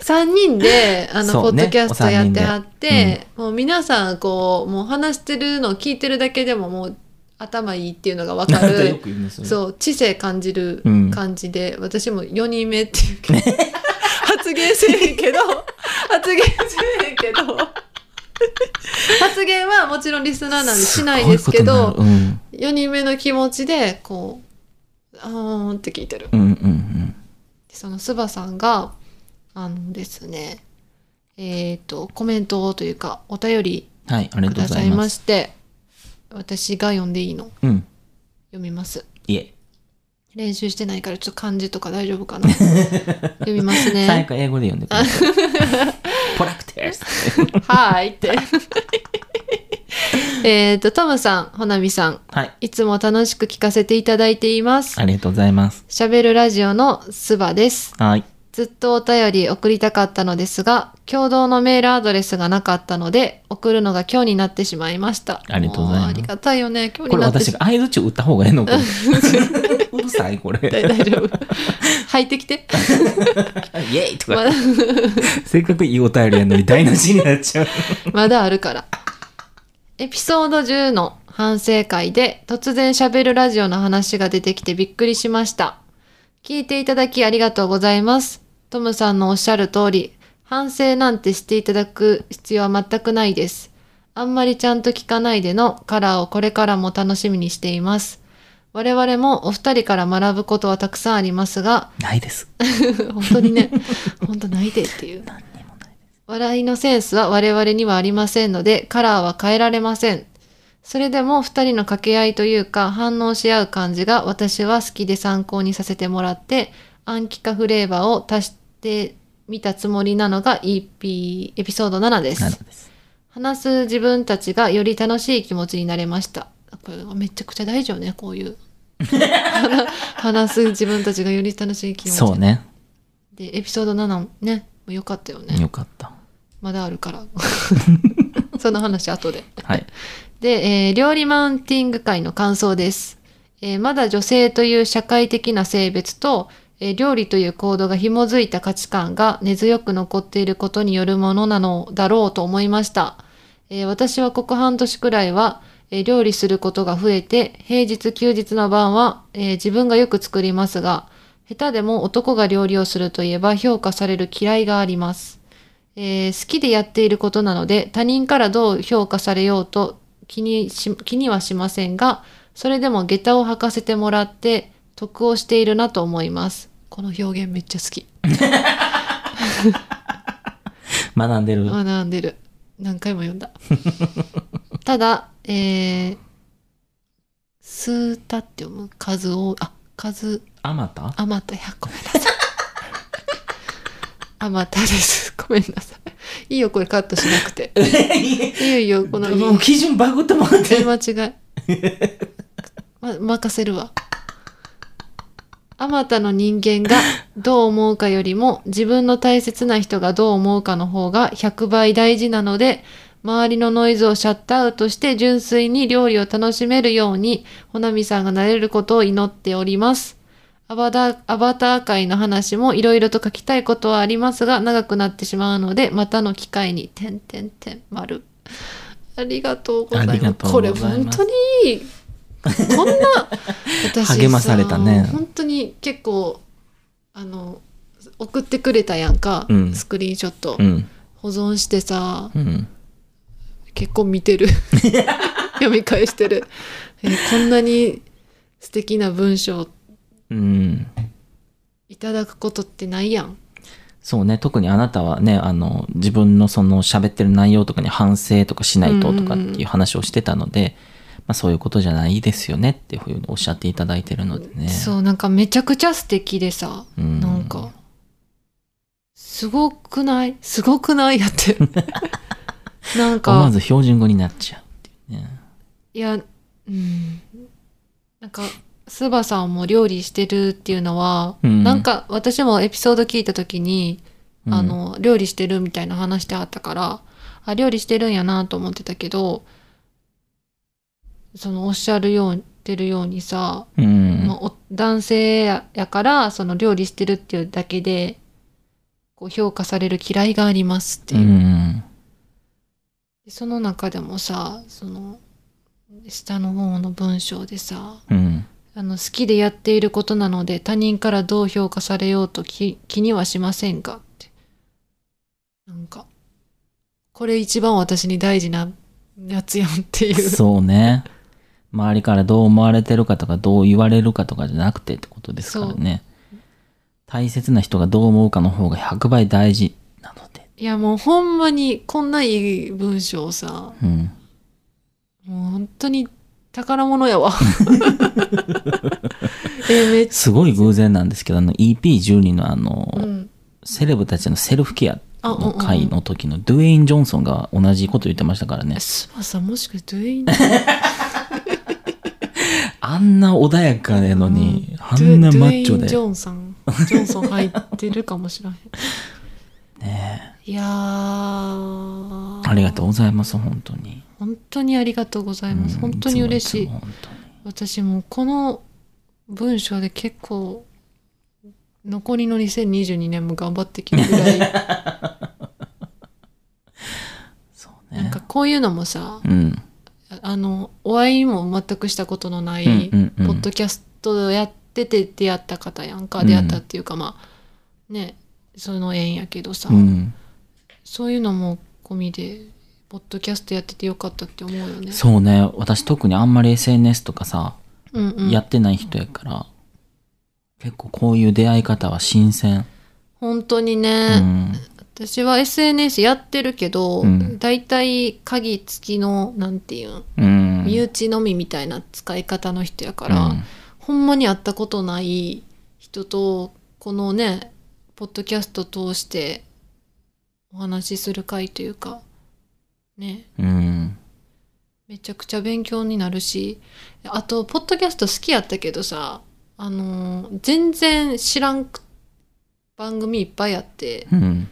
S2: 3人で、あの、
S1: そ
S2: ポ
S1: うね
S2: ッドキャストやっ
S1: お
S2: て
S1: 三人で
S2: はって、もう皆さん、こう、もう話してるのを聞いてるだけでも、もう、頭いいっていうのがわか
S1: なんか
S2: る
S1: よ。く言うんですよ。
S2: そう知性感じる
S1: うん
S2: 感じで、私も4人目っていうけ ど発言せえへんけど発言せえへんけど発言はもちろんリスナーなんでしないですけ
S1: ごいこと
S2: ど
S1: になる
S2: 4人目の気持ちでこうあーんって聞いてる
S1: うん。うんうんうん。
S2: そのスバさんがあのですねえっ、とコメントというかお便り
S1: はい、ありがと
S2: く
S1: うご
S2: ださ
S1: ざい
S2: いま
S1: ます。
S2: して私が読んでいいの
S1: うん。
S2: 読みます
S1: いえ。
S2: 練習してないからちょっと漢字とか大丈夫 かな読みます
S1: 最
S2: ね。
S1: 後英語で読んでください。ポラクテス。
S2: はいって。 えっと、トムさん、ほなみさん、
S1: はい。
S2: いつも楽しく聞かせていただいています。
S1: ありがとうございます。
S2: しゃべるラジオのスバです。
S1: はい。
S2: ずっとお便り送りたかったのですが、共同のメールアドレスがなかったので、送るのが今日になってしまいました。
S1: ありがとうございます
S2: もありがたいよね、今日
S1: こ
S2: に
S1: れ
S2: なって
S1: 私
S2: し
S1: が合図中打った方がええのか。うるさい、 こ
S2: 大
S1: れ。
S2: 大丈夫。入ってきて。
S1: イエイと
S2: ま
S1: か
S2: だ。
S1: せっかくいいお便りやのに台無しになっちゃう。
S2: まだあるから。エピソード10の反省会で突然喋るラジオの話が出てきてびっくりしました。聞いていただきありがとうございます。トムさんのおっしゃる通り、反省なんてしていただく必要は全くないです。あんまりちゃんと聞かないでのカラーをこれからも楽しみにしています。我々もお二人から学ぶことはたくさんありますが、
S1: ないです。
S2: 本当にね本当ないでっていう
S1: 何にもない。
S2: 笑いのセンスは我々にはありませんのでカラーは変えられませんそれでも二人の掛け合いというか反応し合う感じが私は好きで参考にさせてもらって暗記化フレーバーを足してみたつもりなのが EP エピソード7です
S1: なるほどです。
S2: 話す自分たちがより楽しい気持ちになれましたこれめちゃくちゃ大事よねこういう 話話す自分たちがより楽しい気持ち
S1: そうね。
S2: でエピソード7ねもうよかったよね
S1: よかった。
S2: まだあるから その話後で
S1: はい。
S2: で、えー料理マウンティング会の感想です、えーまだ女性という社会的な性別と、えー料理という行動が紐づいた価値観が根強く残っていることによるものなのだろうと思いました、えー私はここ半年くらいは、えー料理することが増えて平日休日の晩は、えー自分がよく作りますが下手でも男が料理をするといえば評価される嫌いがありますえー好きでやっていることなので他人からどう評価されようと気にし気にはしませんがそれでも下駄を履かせてもらって得をしているなと思いますこの表現めっちゃ好き
S1: 学んでる。
S2: 学んでる何回も読んだ ただえー、スータって読む数をあ数
S1: あま た
S2: あまた100ごめんなさい あまたですごめんなさいいいよこれカットしなくていいよいいよこの
S1: もう基準バグってもらってる。
S2: 間違い ま任せるわあまたの人間がどう思うかよりも自分の大切な人がどう思うかの方が100倍大事なので周りのノイズをシャットアウトして純粋に料理を楽しめるようにほなみさんがなれることを祈っておりますアバターアバター界の話もいろいろと書きたいことはありますが長くなってしまうのでまたの機会に「てんてんてん丸」ありがとうござい
S1: ありが
S2: ます
S1: とう
S2: こ
S1: ござ
S2: れ
S1: います
S2: 本当にいいこんな私
S1: 励まされたね
S2: さ本当に結構あの送ってくれたやんか、
S1: うん
S2: スクリーンショット、
S1: うん。
S2: 保存してさ
S1: うん。
S2: 結構 見てる読み返してる、えーこんなに素敵な文章を
S1: うん。
S2: いただくことってないやん
S1: そうね。特にあなたはね、あの、自分のその喋ってる内容とかに反省とかしないととかっていう話をしてたので、まあそういうことじゃないですよねっていうふうにおっしゃっていただいてるのでね。
S2: そうなんかめちゃくちゃ素敵でさ、
S1: うん
S2: なんかすごくないすごくないやって なん
S1: 思
S2: か
S1: わず標準語になっちゃうっていうね。
S2: いやうんなんかスバさんも料理してるっていうのは、
S1: うん
S2: なんか私もエピソード聞いた時に、
S1: うん
S2: あの料理してるみたいな話してあったからあ料理してるんやなと思ってたけどそのおっしゃるようてるようにさ
S1: うん。
S2: まあ、お男性ややからその料理してるっていうだけでこう評価される嫌いがありますって
S1: う
S2: いう、
S1: ん。
S2: でその中でもさその下の方の文章でさ
S1: うん。
S2: あの好きでやっていることなので他人からどう評価されようと気気にはしませんがってなんかこれ一番私に大事なやつやんって いう
S1: そうね。周りからどう思われてるかとか、どう言われるかとかじゃなくてってことですからね。大切な人がどう思うかの方が100倍大事なので。
S2: いやもうほんまにこんないい文章をさ
S1: うん。
S2: もう本当に宝物やわ。えめっち
S1: すごい偶然なんですけど、あの EP12 のあの、
S2: ゃ、うん、
S1: セレブたちのセルフケアの
S2: あうんうんう
S1: 回
S2: ん
S1: の時のドゥエイン・ジョンソンが同じこと言ってましたからね。
S2: スパさんもしかしてドゥエイン
S1: あんな穏やかなのに、あ
S2: ドゥ
S1: んな
S2: ド
S1: マ
S2: ゥエイ
S1: ッチョ
S2: ンジ
S1: で。
S2: ョンさんジョンソン入ってるかもしれへん。
S1: ね
S2: いやー
S1: ありがとうございます、本当に。
S2: 本当にありがとうございます。
S1: うん
S2: 本当に嬉しい。
S1: つもつも本当に
S2: 私もうこの文章で結構残りの2022年も頑張ってきるぐら い、
S1: そう
S2: なん
S1: ね
S2: か。こういうのもさ、
S1: うん。
S2: あのお会いも全くしたことのない、
S1: うんうんうん
S2: ポッドキャストやってて出会った方やんか、
S1: うん
S2: 出会ったっていうかまあねその縁やけどさ、
S1: うん。
S2: そういうのも込みでポッドキャストやっててよかったって思うよね。
S1: そうね。私特にあんまり SNS とかさ、
S2: うんうん、
S1: やってない人やから、結構こういう出会い方は新鮮。
S2: 本当に
S1: う
S2: ね、
S1: ん。
S2: 私は SNS やってるけど、
S1: うん
S2: だいたい鍵付きのなんていうん
S1: うん。うん
S2: 身内のみみたいな使い方の人やか、
S1: から
S2: ほんまに会ったことない人とこのねポッドキャスト通してお話しする会というかね
S1: うん
S2: めちゃくちゃ勉強になるしあとポッドキャスト好きやったけどさあのー全然知らんく番組いっぱいあって
S1: うん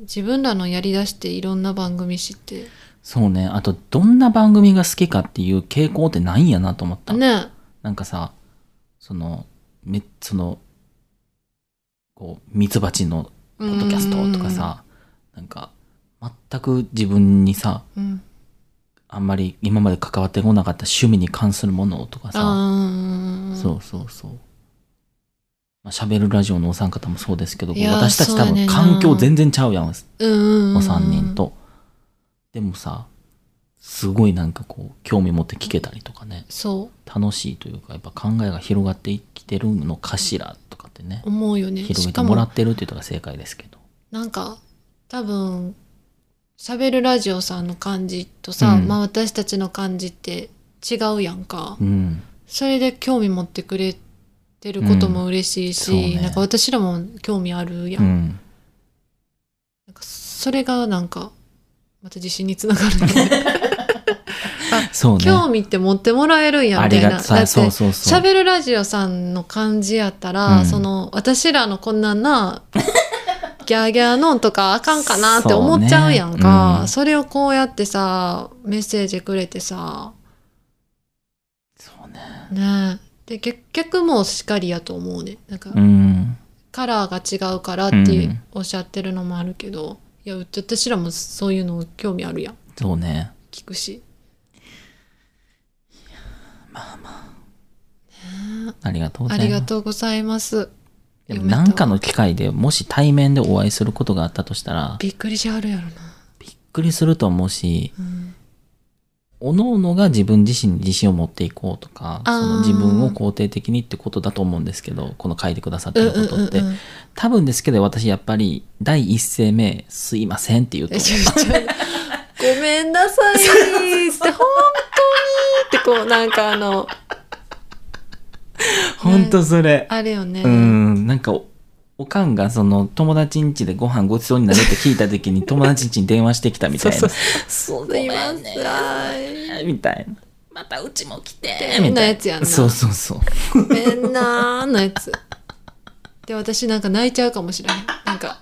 S2: 自分らのやりだしていろんな番組知って
S1: そうねあとどんな番組が好きかっていう傾向ってないんやなと思った、
S2: ね
S1: なんかさそのめそのこうミツバチのポ
S2: ポ
S1: ッドキャストとか、さなんか全く自分にさ
S2: うん、
S1: あんまり今まで関わってこなかった趣味に関するものとかさ
S2: あ
S1: そうそうそうまあ、喋るラジオのお三方もそうですけどこう
S2: いやー
S1: 私たち多
S2: そうやね
S1: 分
S2: んな
S1: 環境全然ちゃうやん
S2: う、うん、
S1: お三人とでもさすごいなんかこう興味持って聞けたりとかね
S2: そう
S1: 楽しいというかやっぱ考えが広がってきてるのかしらとかってね
S2: 思うよね
S1: 広
S2: し
S1: げ
S2: か
S1: てもら
S2: も
S1: ってるって言ったら正解ですけど
S2: なんか多分しゃべるラジオさんの感じとさ、
S1: うん
S2: まあ、私たちの感じって違うやんか、
S1: うん
S2: それで興味持ってくれてることも嬉しいし、
S1: うんそうね
S2: なんか私らも興味あるや、
S1: うんん
S2: なんかそれがなんかまた自信につなが るね
S1: そうね
S2: 興味って持ってもらえるんや
S1: あ
S2: みた
S1: り
S2: いな
S1: が
S2: だ
S1: さ
S2: って
S1: そうそうそう
S2: 喋るラジオさんの感じやったら、
S1: うん
S2: その私らのこんなんな ギャーギャーのんとかあかんかなって
S1: そう
S2: 思
S1: ね
S2: っちゃうやんかそ,、
S1: うん
S2: れをこうやってさメッセージくれてさ
S1: そうね
S2: ねえで結局もうしっかりやと思うねなんか、
S1: うん
S2: カラーが違うからって
S1: うん
S2: おっしゃってるのもあるけど、いやうち私らもそういうの興味あるやん
S1: そうね
S2: 聞くし
S1: ありがとうございま
S2: あ
S1: す
S2: りがとうございます
S1: でも
S2: 読めた
S1: なんかの機会でもし対面でお会いすることがあったとしたらびっ
S2: びっくりしはるやろな、
S1: くりすると思うし
S2: うん
S1: おのおのが自分自身に自信を持っていこうとかそ
S2: あー
S1: の自分を肯定的にってことだと思うんですけどこの書いてくださって
S2: うん
S1: る
S2: う
S1: こ
S2: ん
S1: とって、
S2: うんうん
S1: 多分ですけど私やっぱり第一声目「すいません」って言うと
S2: えちょちょごめんなさいって、本当にってこう、なんかあの、
S1: 本当それ、
S2: あれよね。
S1: うんなんかおおかんがその友達ん家でご飯ごちそうになるって聞いた時に友達ん家に電話してきたみたいな
S2: そう
S1: そう
S2: すいま
S1: ごめんね
S2: せ
S1: みたいなまたうちも来て
S2: て
S1: み
S2: な
S1: たい
S2: やつやん
S1: な
S2: な。
S1: そうそうそうん
S2: ごめんなーのやつ。で、私なんか泣いちゃうかもしれない。なんか、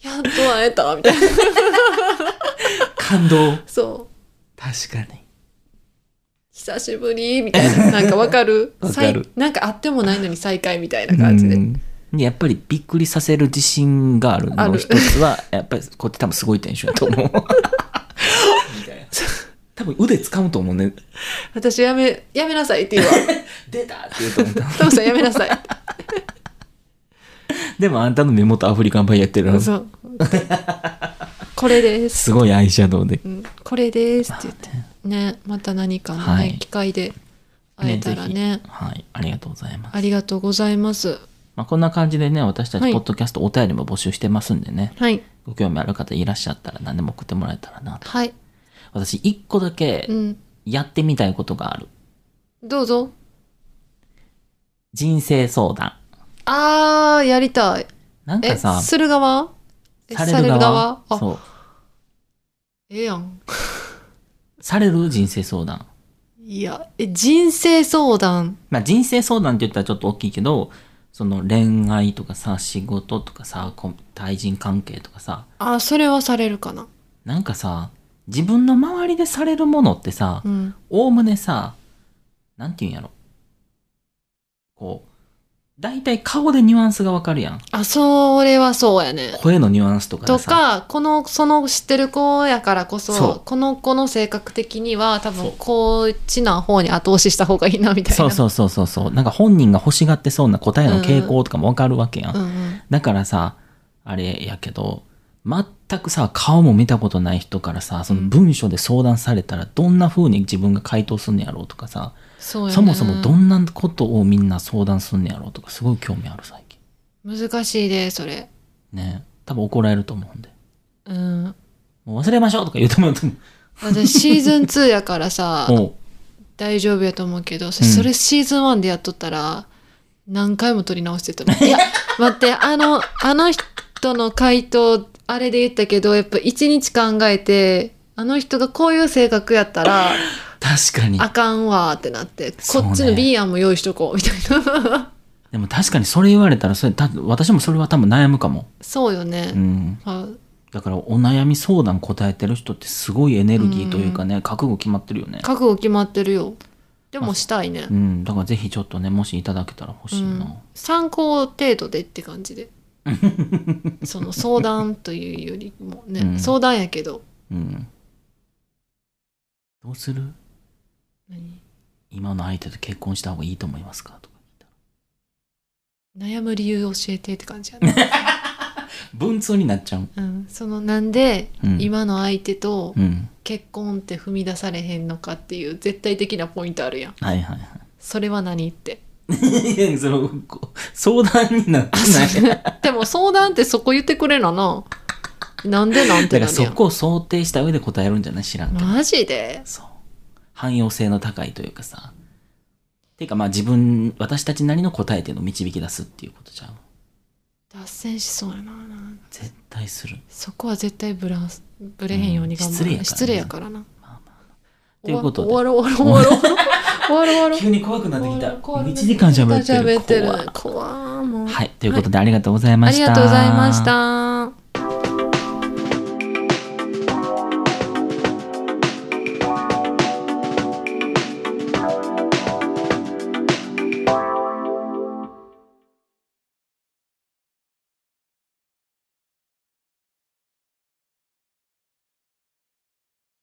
S2: やっと会えたみたいな。
S1: 感動
S2: そう。
S1: 確かに
S2: 久しぶりみたいな。なんかわかる
S1: わか
S2: 再
S1: る
S2: なんか会ってもないのに再会みたいな感じで。
S1: うんやっぱりびっくりさせる自信がある
S2: あ
S1: の
S2: る
S1: 一つはやっぱりこっち多分すごいテンションやと思うみたいな多分腕掴むと思うね
S2: 私やめ、やめなさいって言うわ。
S1: 出たって言うと思った
S2: トムさんやめなさい。
S1: でもあんたの目元アフリカンパイやってるの
S2: そう。これです。
S1: すごいアイシャドウで
S2: うん、これですって言って、ねまた何かの、ね
S1: はい
S2: 機会で会えたらね
S1: ぜひはいありがとうございます
S2: ありがとうございます
S1: まあ、こんな感じでね私た
S2: は
S1: ち
S2: い
S1: ポッドキャストお便りも募集してますんでね、
S2: はい
S1: ご興味ある方いらっしゃったら何でも送ってもらえたらなと
S2: はい
S1: 私一個だけ
S2: うん
S1: やってみたいことがある、
S2: どうぞ
S1: 人生相談
S2: あーやりたい
S1: なん
S2: え
S1: かさ
S2: する側え
S1: される側
S2: あ
S1: そう
S2: ええやん
S1: される人生相談
S2: いやえ人生相談
S1: まあ人生相談って言ったらちょっと大きいけどその恋愛とかさ仕事とかさこ対人関係とかさ
S2: あそれはされるかな
S1: なんかさ自分の周りでされるものってさ
S2: うん
S1: おおむねさなんて言うんやろこう大体顔でニュアンスがわかるやん
S2: あそれはそうやね
S1: 声のニュアンスとかで
S2: と
S1: さ
S2: かこのその知ってる子やからこそ
S1: そう
S2: この子の性格的には
S1: そ
S2: 多
S1: う
S2: 分こっちな方に後押しした方がいいなみたいな
S1: そうそうそうそうそうなんか本人が欲しがってそうな答えの傾向とかもわかるわけやん、
S2: うんうん、
S1: だからさあれやけど全くさ顔も見たことない人からさその文章で相談されたらどんな風に自分が回答すんのやろうとかさ、
S2: そうやね
S1: そもそもどんなことをみんな相談すんのやろうとかすごい興味ある最近
S2: 難しいでそれ
S1: ね多分怒られると思うんで
S2: うん
S1: もう忘れましょうとか言うと思うと思う
S2: 私シーズン2やからさ
S1: おう
S2: 大丈夫やと思うけどそ
S1: うん
S2: それシーズン1でやっとったら何回も撮り直してた もんいや待ってあのあの人の回答あれで言ったけどやっぱ一日考えてあの人がこういう性格やったら
S1: 確かに。
S2: あかんわーってなって
S1: そ
S2: こ
S1: うね
S2: っちの B 案も用意しとこうみたい な
S1: でも確かにそれ言われたら、それ、た私もそれは多分悩むかも。
S2: そうよね、
S1: うん。
S2: あ
S1: だから、お悩み相談答えてる人ってすごいエネルギーというかね、覚悟決まってるよね。
S2: 覚悟決まってるよでもしたいね、
S1: うん。だからぜひちょっとね、もしいただけたら欲しいな。
S2: うん参考程度でって感 じでその相談というよりもね、
S1: うん
S2: 相談やけど
S1: うん。どうする
S2: 何
S1: 今の相手と結婚した方がいいと思いますかとか聞いたら
S2: 悩む理由教えてって感じやね、
S1: 文通になっちゃう。
S2: うん、そのなんで
S1: うん。
S2: 今の相手と
S1: うん。
S2: 結婚って踏み出されへんのかっていう絶対的なポイントあるやん
S1: はいはいはい。
S2: それは 何って
S1: いや、その、こう相談になって ない。
S2: でも相談ってそこ言ってくれなななんでなんて
S1: だから
S2: なる
S1: そ
S2: やん
S1: こを想定した上で答えるんじゃない知らんけど。
S2: マジで
S1: そう。汎用性の高いというかさ。ていうかまあ自分、私たちなりの答えっていうのを導き出すっていうことじゃん。
S2: 脱線しそうやな
S1: 絶対する。
S2: そこは絶対ブラブレへんように頑張る、
S1: うん
S2: 失
S1: 失礼
S2: 礼や
S1: や
S2: からな
S1: まあまあ。ということで
S2: 終わろう終わろう終わろう終わろう終わろう終わろ う
S1: 急に怖くなってきた。
S2: 怖い怖い
S1: 1時間喋ってる。
S2: 喋ってる
S1: 怖い
S2: 怖いもう
S1: はい。ということでありがとうございま
S2: あ
S1: し
S2: り
S1: た。
S2: がとうございまし。た